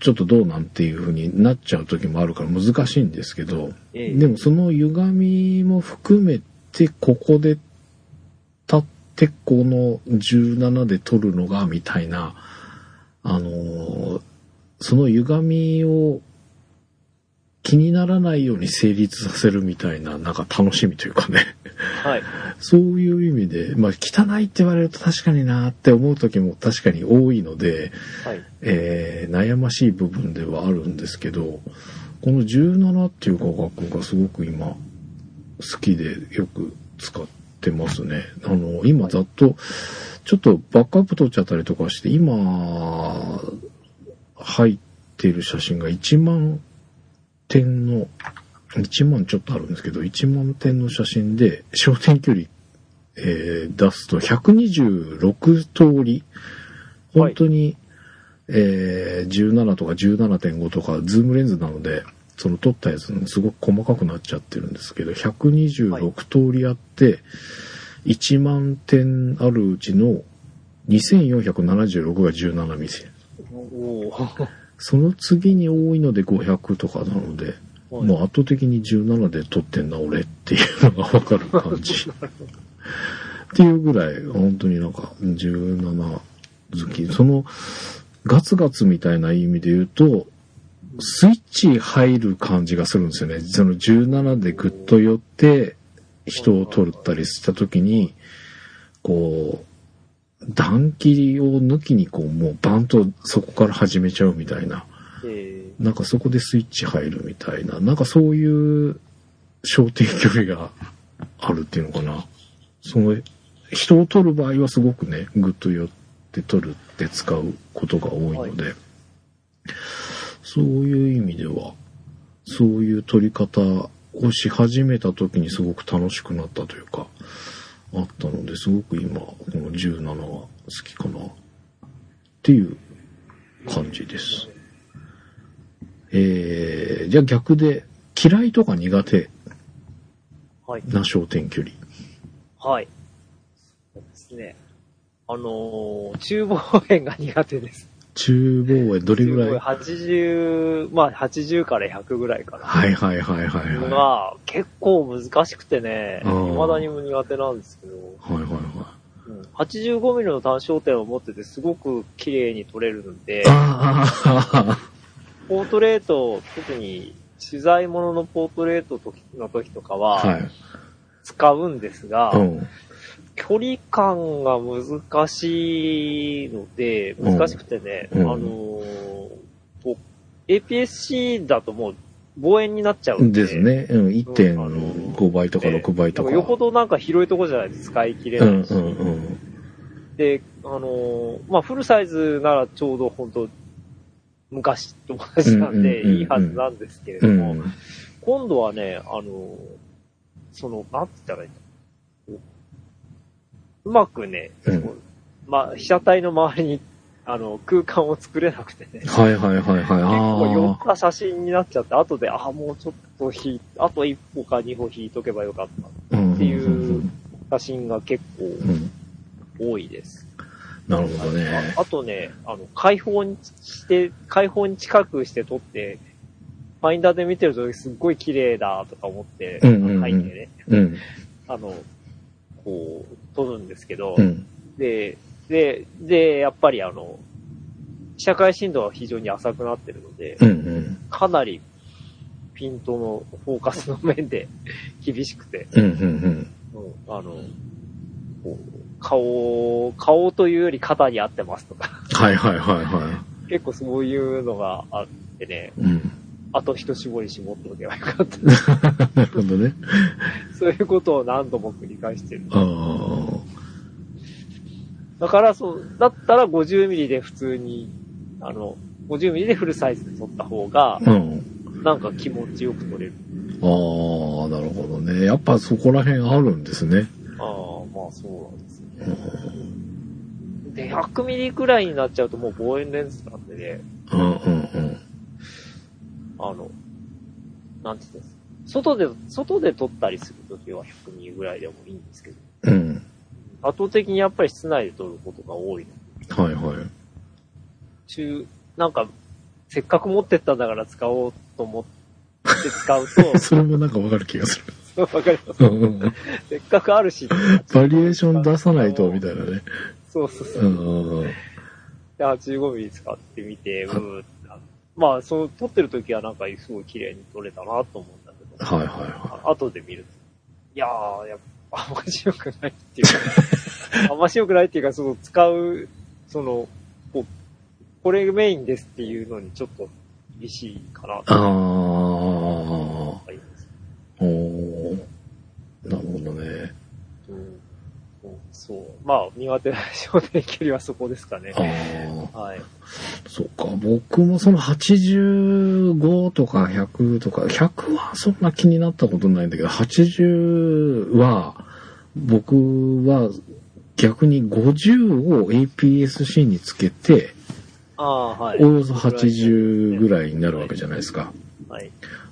Speaker 3: ちょっとどうなんていう風になっちゃう時もあるから難しいんですけど、
Speaker 2: ええ
Speaker 3: でもその歪みも含めてここで立ってこの17で取るのがみたいなあのーその歪みを気にならないように成立させるみたいな、なんか楽しみというかね。
Speaker 2: はい。
Speaker 3: そういう意味で、まあ、汚いって言われると確かになって思う時も確かに多いので、
Speaker 2: はい。
Speaker 3: えー悩ましい部分ではあるんですけど、この17っていう画角がすごく今、好きでよく使ってますね。あの、今ざっと、ちょっとバックアップ取っちゃったりとかして、今、入ってる写真が1万点の、1万ちょっとあるんですけど、1万点の写真で、焦点距離、えー出すと126通り、
Speaker 2: はい
Speaker 3: 本当に、えー17とか17.5とか、ズームレンズなので、その撮ったやつのすごく細かくなっちゃってるんですけど、126通りあって、1万点あるうちの2476が17ミリ。
Speaker 2: おー
Speaker 3: その次に多いので500とかなので、
Speaker 2: はい
Speaker 3: もう圧倒的に17で撮ってんな俺っていうのがわかる感じ。 っていうぐらい、本当になんか17好き。そのガツガツみたいな意味で言うと、スイッチ入る感じがするんですよね。その17でぐっと寄って人を撮ったりした時に、こう、段切りを抜きにこうもうバンとそこから始めちゃうみたいな。
Speaker 2: え
Speaker 3: なんかそこでスイッチ入るみたいな。なんかそういう焦点距離があるっていうのかな。その人を撮る場合はすごくね、ぐっと寄って撮るって使うことが多いので、そういう意味では、そういう撮り方をし始めた時にすごく楽しくなったというか、あったので、すごく今、この17は好きかな、っていう感じです。えー、じゃあ逆で、嫌いとか苦手
Speaker 2: ーはい。
Speaker 3: な焦点距離。
Speaker 2: はい。そうですね。あのー、厨房編が苦手です。
Speaker 3: 中房へどれぐらいは
Speaker 2: ?80、まあ80から100ぐらいかな。
Speaker 3: いはいはいはいはい。
Speaker 2: の
Speaker 3: は
Speaker 2: が結構難しくてね、
Speaker 3: うん
Speaker 2: 未だにも苦手なんですけど、
Speaker 3: いはいは
Speaker 2: うん、85ミリの単焦点を持っててすごく綺麗に撮れるんで
Speaker 3: い。、あ
Speaker 2: ポートレート、特に取材物のポートレートの時とか
Speaker 3: あ、は。
Speaker 2: はい使うんですが、
Speaker 3: うん。
Speaker 2: 距離感が難しいので、
Speaker 3: うん
Speaker 2: 難しくてね、
Speaker 3: うん
Speaker 2: あのーこう APS-C だともう望遠になっちゃうんで、
Speaker 3: ですね。うん。1.5倍とか6倍
Speaker 2: な
Speaker 3: と
Speaker 2: んか
Speaker 3: か。
Speaker 2: よほどなんか広いとこじゃないと使い切れ
Speaker 3: う
Speaker 2: なんいし、
Speaker 3: うんうん。
Speaker 2: で、あのーまあ、フルサイズならちょうど本当昔と同じなんで、
Speaker 3: うんうんうんうん
Speaker 2: いいはずなんですけれ
Speaker 3: う
Speaker 2: ども、
Speaker 3: ん。
Speaker 2: 今度はね、あのーその、なんて言ったらいいのうまくね、
Speaker 3: うん
Speaker 2: こうまあ、被写体の周りに、あの、空間を作れなくてね、結
Speaker 3: はいはいはいはい。
Speaker 2: 構寄
Speaker 3: あ
Speaker 2: っ
Speaker 3: あ。
Speaker 2: た写真になっちゃって、後で、ああ、もうちょっと引い、あと一歩か二歩引いとけばよかっ
Speaker 3: うん
Speaker 2: っていうた写真が結
Speaker 3: うんう
Speaker 2: 構
Speaker 3: ん。
Speaker 2: 多いです。
Speaker 3: なるほどね。
Speaker 2: ああとね、あの、開放にして、開放に近くして撮って、ファインダーで見てるとすっごい綺麗だとか思って、
Speaker 3: う
Speaker 2: 書い
Speaker 3: んうんうん
Speaker 2: てね、
Speaker 3: うん。
Speaker 2: あの、こう、撮るんですけど、
Speaker 3: うん。
Speaker 2: で、で、で、やっぱりあの、社会深度は非常に浅くなってるので、
Speaker 3: うんうん。
Speaker 2: かなりピントのフォーカスの面で厳しくて、
Speaker 3: うんうん
Speaker 2: うんあの、こう顔、顔というより肩に合ってますとか、
Speaker 3: うん。はいはいはいは
Speaker 2: 結構そういうのがあってね、
Speaker 3: い。うん。
Speaker 2: あと一絞り絞っておけばよかった。
Speaker 3: なるほどね。
Speaker 2: そういうことを何度も繰り返してる。
Speaker 3: ああ。
Speaker 2: だから、そう、だったら50ミリで普通に、あの、50ミリでフルサイズで撮った方が、
Speaker 3: うん。
Speaker 2: なんか気持ちよく撮れる。
Speaker 3: ああ、なるほどね。やっぱそこら辺あるんですね。
Speaker 2: ああ、まあそうなんですね。
Speaker 3: うん
Speaker 2: で、100ミリくらいになっちゃうともう望遠レンズなんでね、
Speaker 3: うんうん
Speaker 2: あの、なんていうんですか。外で、外で撮ったりするときは100ミリぐらいでもいいんですけど、
Speaker 3: うん。うん。
Speaker 2: 圧倒的にやっぱり室内で撮ることが多いの。
Speaker 3: はいはい。
Speaker 2: 中、なんか、せっかく持ってったんだから使おうと思って使うと、
Speaker 3: それもなんかわかる気がする。
Speaker 2: わかります。
Speaker 3: うんうんうん
Speaker 2: せっかくあるし。
Speaker 3: バリエーション出さないと、みたいなね。
Speaker 2: そうそうそうう。
Speaker 3: んうんうん。
Speaker 2: で、85ミリ使ってみて、うーってなっまあ、その、撮ってる時はなんかすごい綺麗に撮れたなと思うんだけど、
Speaker 3: はいはいは
Speaker 2: あ後で見ると。いやー、やっぱ、あんまし良くないって いうか、あんまし良くないっていうか、その、使う、その、こう、これメインですっていうのにちょっと厳しいかなと
Speaker 3: い。ああ。
Speaker 2: 思います。
Speaker 3: おおなるほどね。
Speaker 2: うんそう。まあ、苦手な少年距離はそこですかね
Speaker 3: あ。あ、
Speaker 2: はい。
Speaker 3: そっか。僕もその85とか100とか、100はそんな気になったことないんだけど、80は、僕は逆に50を APS-C につけて、
Speaker 2: ああ、はい。
Speaker 3: おおよそ80ぐらいになるわけじゃないですか。
Speaker 2: はい。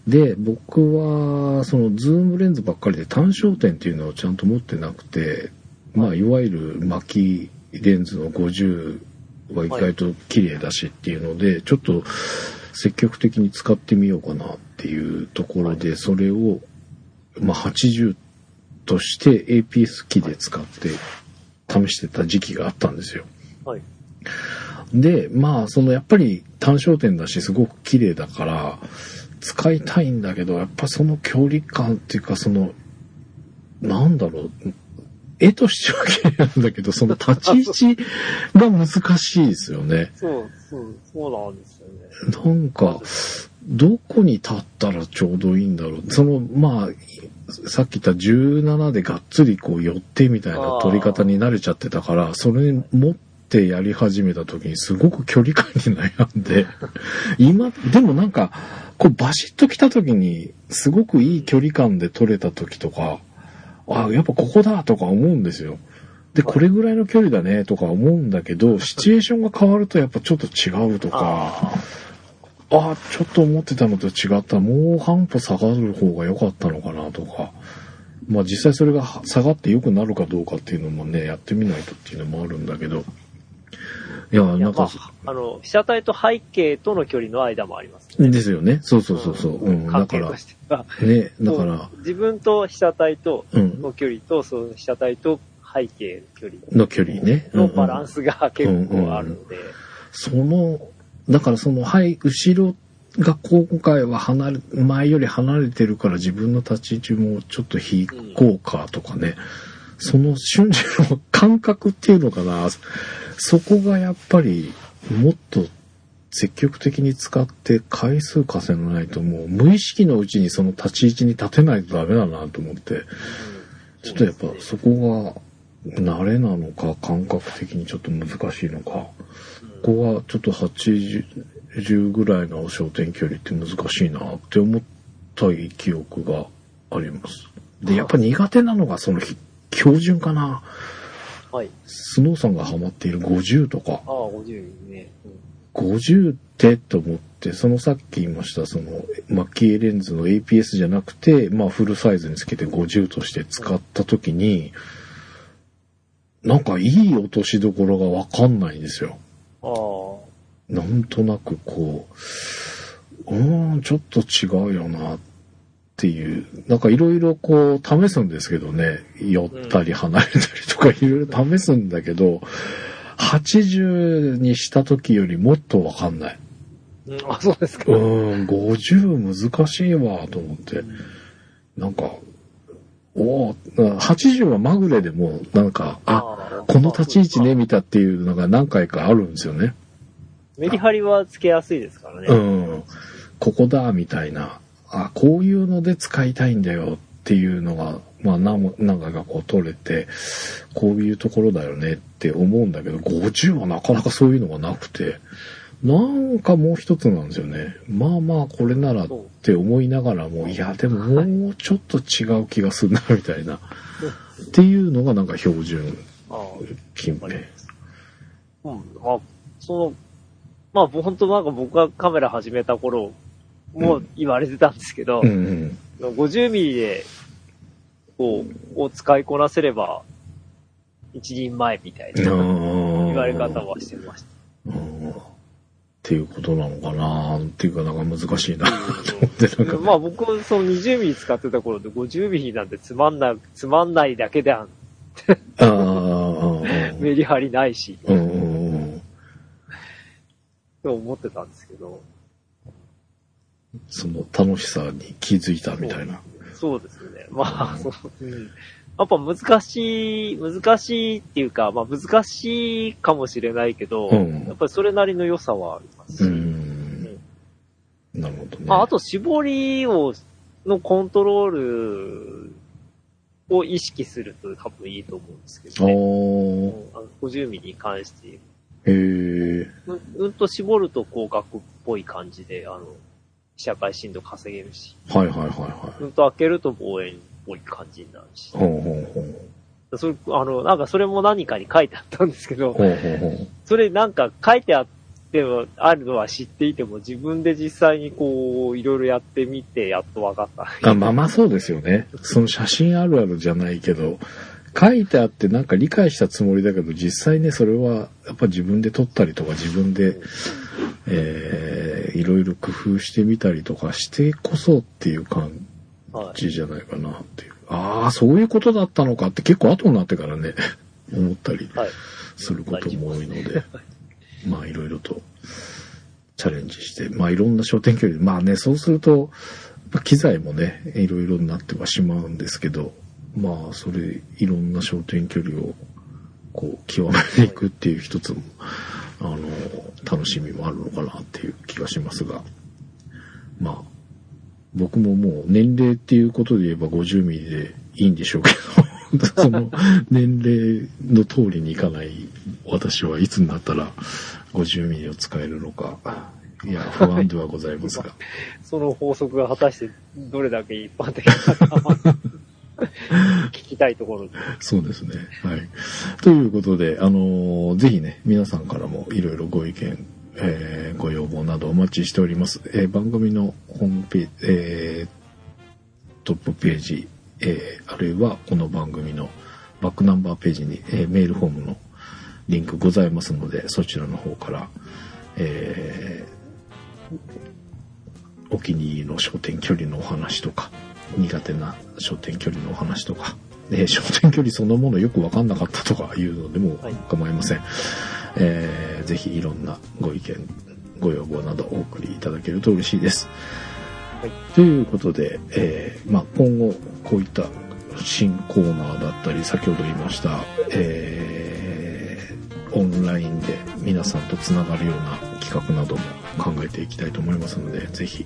Speaker 3: で、僕は、その、ズームレンズばっかりで単焦点っていうのをちゃんと持ってなくて、まあ、いわゆる巻きレンズの50は意外と綺麗だしっていうので、ちょっと積極的に使ってみようかなっていうところで、それを、まあ、80として APS 機で使って試してた時期があったんですよ。
Speaker 2: はい。
Speaker 3: で、まあ、そのやっぱり単焦点だし、すごく綺麗だから、使いたいんだけど、やっぱその距離感っていうか、その、なんだろう、絵としては綺麗なんだけど、その立ち位置が難しいですよね。
Speaker 2: そう、そう、そうなんですよね。
Speaker 3: なんか、どこに立ったらちょうどいいんだろう。その、まあ、さっき言った17でがっつりこう寄ってみたいな取り方に慣れちゃってたから、それ持ってやり始めた時にすごく距離感に悩んで、今、でもなんか、こうバシッと来た時に、すごくいい距離感で取れた時とか、あやっぱここだとか思うんですよ。で、これぐらいの距離だねとか思うんだけど、シチュエーションが変わるとやっぱちょっと違うとか、
Speaker 2: あ
Speaker 3: あちょっと思ってたのと違った。もう半歩下がる方が良かったのかなとか。まあ実際それが下がって良くなるかどうかっていうのもね、やってみないとっていうのもあるんだけど。いや、
Speaker 2: あ。いや
Speaker 3: なん
Speaker 2: ま
Speaker 3: か、
Speaker 2: あ、あの、被写体と背景との距離の間もありますね。
Speaker 3: ですよね。そうそうそうそう。うん、だ
Speaker 2: 関
Speaker 3: か
Speaker 2: 係
Speaker 3: ら
Speaker 2: と、しては。
Speaker 3: ね、だから、
Speaker 2: 自分と被写体と
Speaker 3: うん、
Speaker 2: の距離と、その被写体と背景の距離
Speaker 3: の距離ね。うんう
Speaker 2: の
Speaker 3: ん
Speaker 2: バランスが結構あるので、
Speaker 3: その、だからその、はい、後ろが今回は離れ、前より離れてるから自分の立ち位置もちょっと引こうかとかね、その瞬時の感覚っていうのかな、そこがやっぱりもっと積極的に使って回数稼がないともう無意識のうちにその立ち位置に立てないとダメだなと思って、ちょっとやっぱ
Speaker 2: そうです
Speaker 3: そこが慣れなのか感覚的にちょっと難しいのか。ここはちょっと80 10ぐらいの焦点距離って難しいなって思った記憶があります。で、やっぱ苦手なのがそのひ標準かな。
Speaker 2: はい。
Speaker 3: スノーさんがハマっている50とか
Speaker 2: あ、あ、50ね。うん
Speaker 3: 50ってと思って、そのさっき言いました、その、マッキーレンズの APS じゃなくて、まあフルサイズにつけて50として使った時に、なんかいい落としどころがわかんないんですよ。
Speaker 2: ああ、
Speaker 3: なんとなくこう、うーん、ちょっと違うよなっていう、なんかいろいろこう試すんですけどね、寄ったり離れたりとかいろいろ試すんだけど、80にした時よりもっとわかんない。
Speaker 2: うんあ、そうですか。
Speaker 3: うーん、50難しいわと思って。なんか、おお80はまぐれでもなんか、あ、
Speaker 2: あ
Speaker 3: この立ち位置ね、。みたっていうのが何回かあるんですよね。
Speaker 2: メリハリはつけやすいですからね。
Speaker 3: うん。ここだ、みたいな。あ、こういうので使いたいんだよっていうのが、まあ、何何回かこう取れて、こういうところだよねって思うんだけど、50はなかなかそういうのがなくて、なんかもう一つなんですよね。まあまあ、これならっ
Speaker 2: そう
Speaker 3: て思いながらも、いや、でももうちょっと違う気がするな、みたいな。っていうのがなんか標準
Speaker 2: ああ
Speaker 3: 近辺。
Speaker 2: うん、まあ、その、まあ、本当なんか僕がカメラ始めた頃、もう言われてたんですけど、
Speaker 3: うんうん。
Speaker 2: 50ミリで、こう、を使いこなせれば、一人前みたいな 言
Speaker 3: 言
Speaker 2: われ方はしてました。
Speaker 3: うんっていうことなのかなっていうか、なんか難しいな と思って、なんか、
Speaker 2: まあ僕、その20ミリ使ってた頃で50ミリなんてつまんな、つまんないだけで
Speaker 3: あー
Speaker 2: メリハリないし、
Speaker 3: うんうんうん
Speaker 2: と思ってたんですけど、
Speaker 3: その楽しさに気づいたみたいな。
Speaker 2: そうですね。まあ、そう、うん。やっぱ難しい、難しいっていうか、まあ難しいかもしれないけど、
Speaker 3: うん
Speaker 2: やっぱりそれなりの良さはあります。
Speaker 3: うーん。なるほどね。
Speaker 2: まあ、あと絞りを、のコントロールを意識すると多分いいと思うんですけ
Speaker 3: あ
Speaker 2: どね。
Speaker 3: ー、
Speaker 2: うんあの50ミリに関して、
Speaker 3: へえ。
Speaker 2: うんうんと絞ると工学っぽい感じで、あの、社会深度稼げるし、
Speaker 3: はいはいはいは
Speaker 2: うんと開けると望遠っぽい感じになるし
Speaker 3: い。。ほうほうほう。
Speaker 2: それ、あの、なんかそれも何かに書いてあったんですけど、
Speaker 3: ほうほうほう。
Speaker 2: それなんか書いてあっても、あるのは知っていても、自分で実際にこう、いろいろやってみて、やっと分かった。
Speaker 3: あまあまあそうですよね。その写真あるあるじゃないけど、書いてあってなんか理解したつもりだけど、実際ね、それはやっぱ自分で撮ったりとか自分で、えー、いろいろ工夫してみたりとかしてこそっていう感
Speaker 2: はい。
Speaker 3: じじゃないかなっていう。ああ、そういうことだったのかって結構後になってからね、思ったり
Speaker 2: はい。
Speaker 3: することも多いので、まあいろいろとチャレンジして、まあいろんな商店距離で、まあね、そうすると、まあ機材もね、いろいろになってはしまうんですけど、まあそれ、いろんな焦点距離をこう極めていくっていう一つも、あの、楽しみもあるのかなっていう気がしますが、まあ、僕ももう年齢っていうことで言えば50ミリでいいんでしょうけど、その年齢の通りにいかない私はいつになったら50ミリを使えるのか、いや、不安ではございますが。
Speaker 2: その法則が果たして、どれだけ一般的なのか、 聞きたいところで。
Speaker 3: そうですね。はい。ということで、あのーぜひね、皆さんからもいろいろご意見、えーご要望などお待ちしております。えー番組のホームページ、えートップページ、えーあるいはこの番組のバックナンバーページに、えーメールフォームのリンクございますので、そちらの方から、えーお気に入りの焦点距離のお話とか、苦手な焦点距離のお話とか、えー焦点距離そのものよく分かんなかったとかいうのでも
Speaker 2: はい
Speaker 3: 構いません、えーぜひいろんなご意見ご要望などお送りいただけると嬉しいです、
Speaker 2: はい
Speaker 3: ということで、えーまあ、今後こういった新コーナーだったり先ほど言いました、えーオンラインで皆さんとつながるような企画なども考えていきたいと思いますのでぜひ、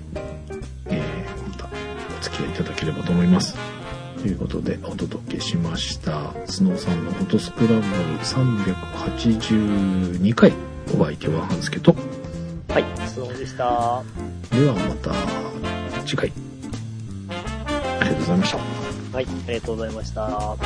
Speaker 3: えーまたお付き合いいただければと思いますということでお届けしましたスノーさんのフォトスクランブル382回お相手は半助と
Speaker 2: はい、質問でした。
Speaker 3: ではまた次回ありがとうございました
Speaker 2: はい、ありがとうございました。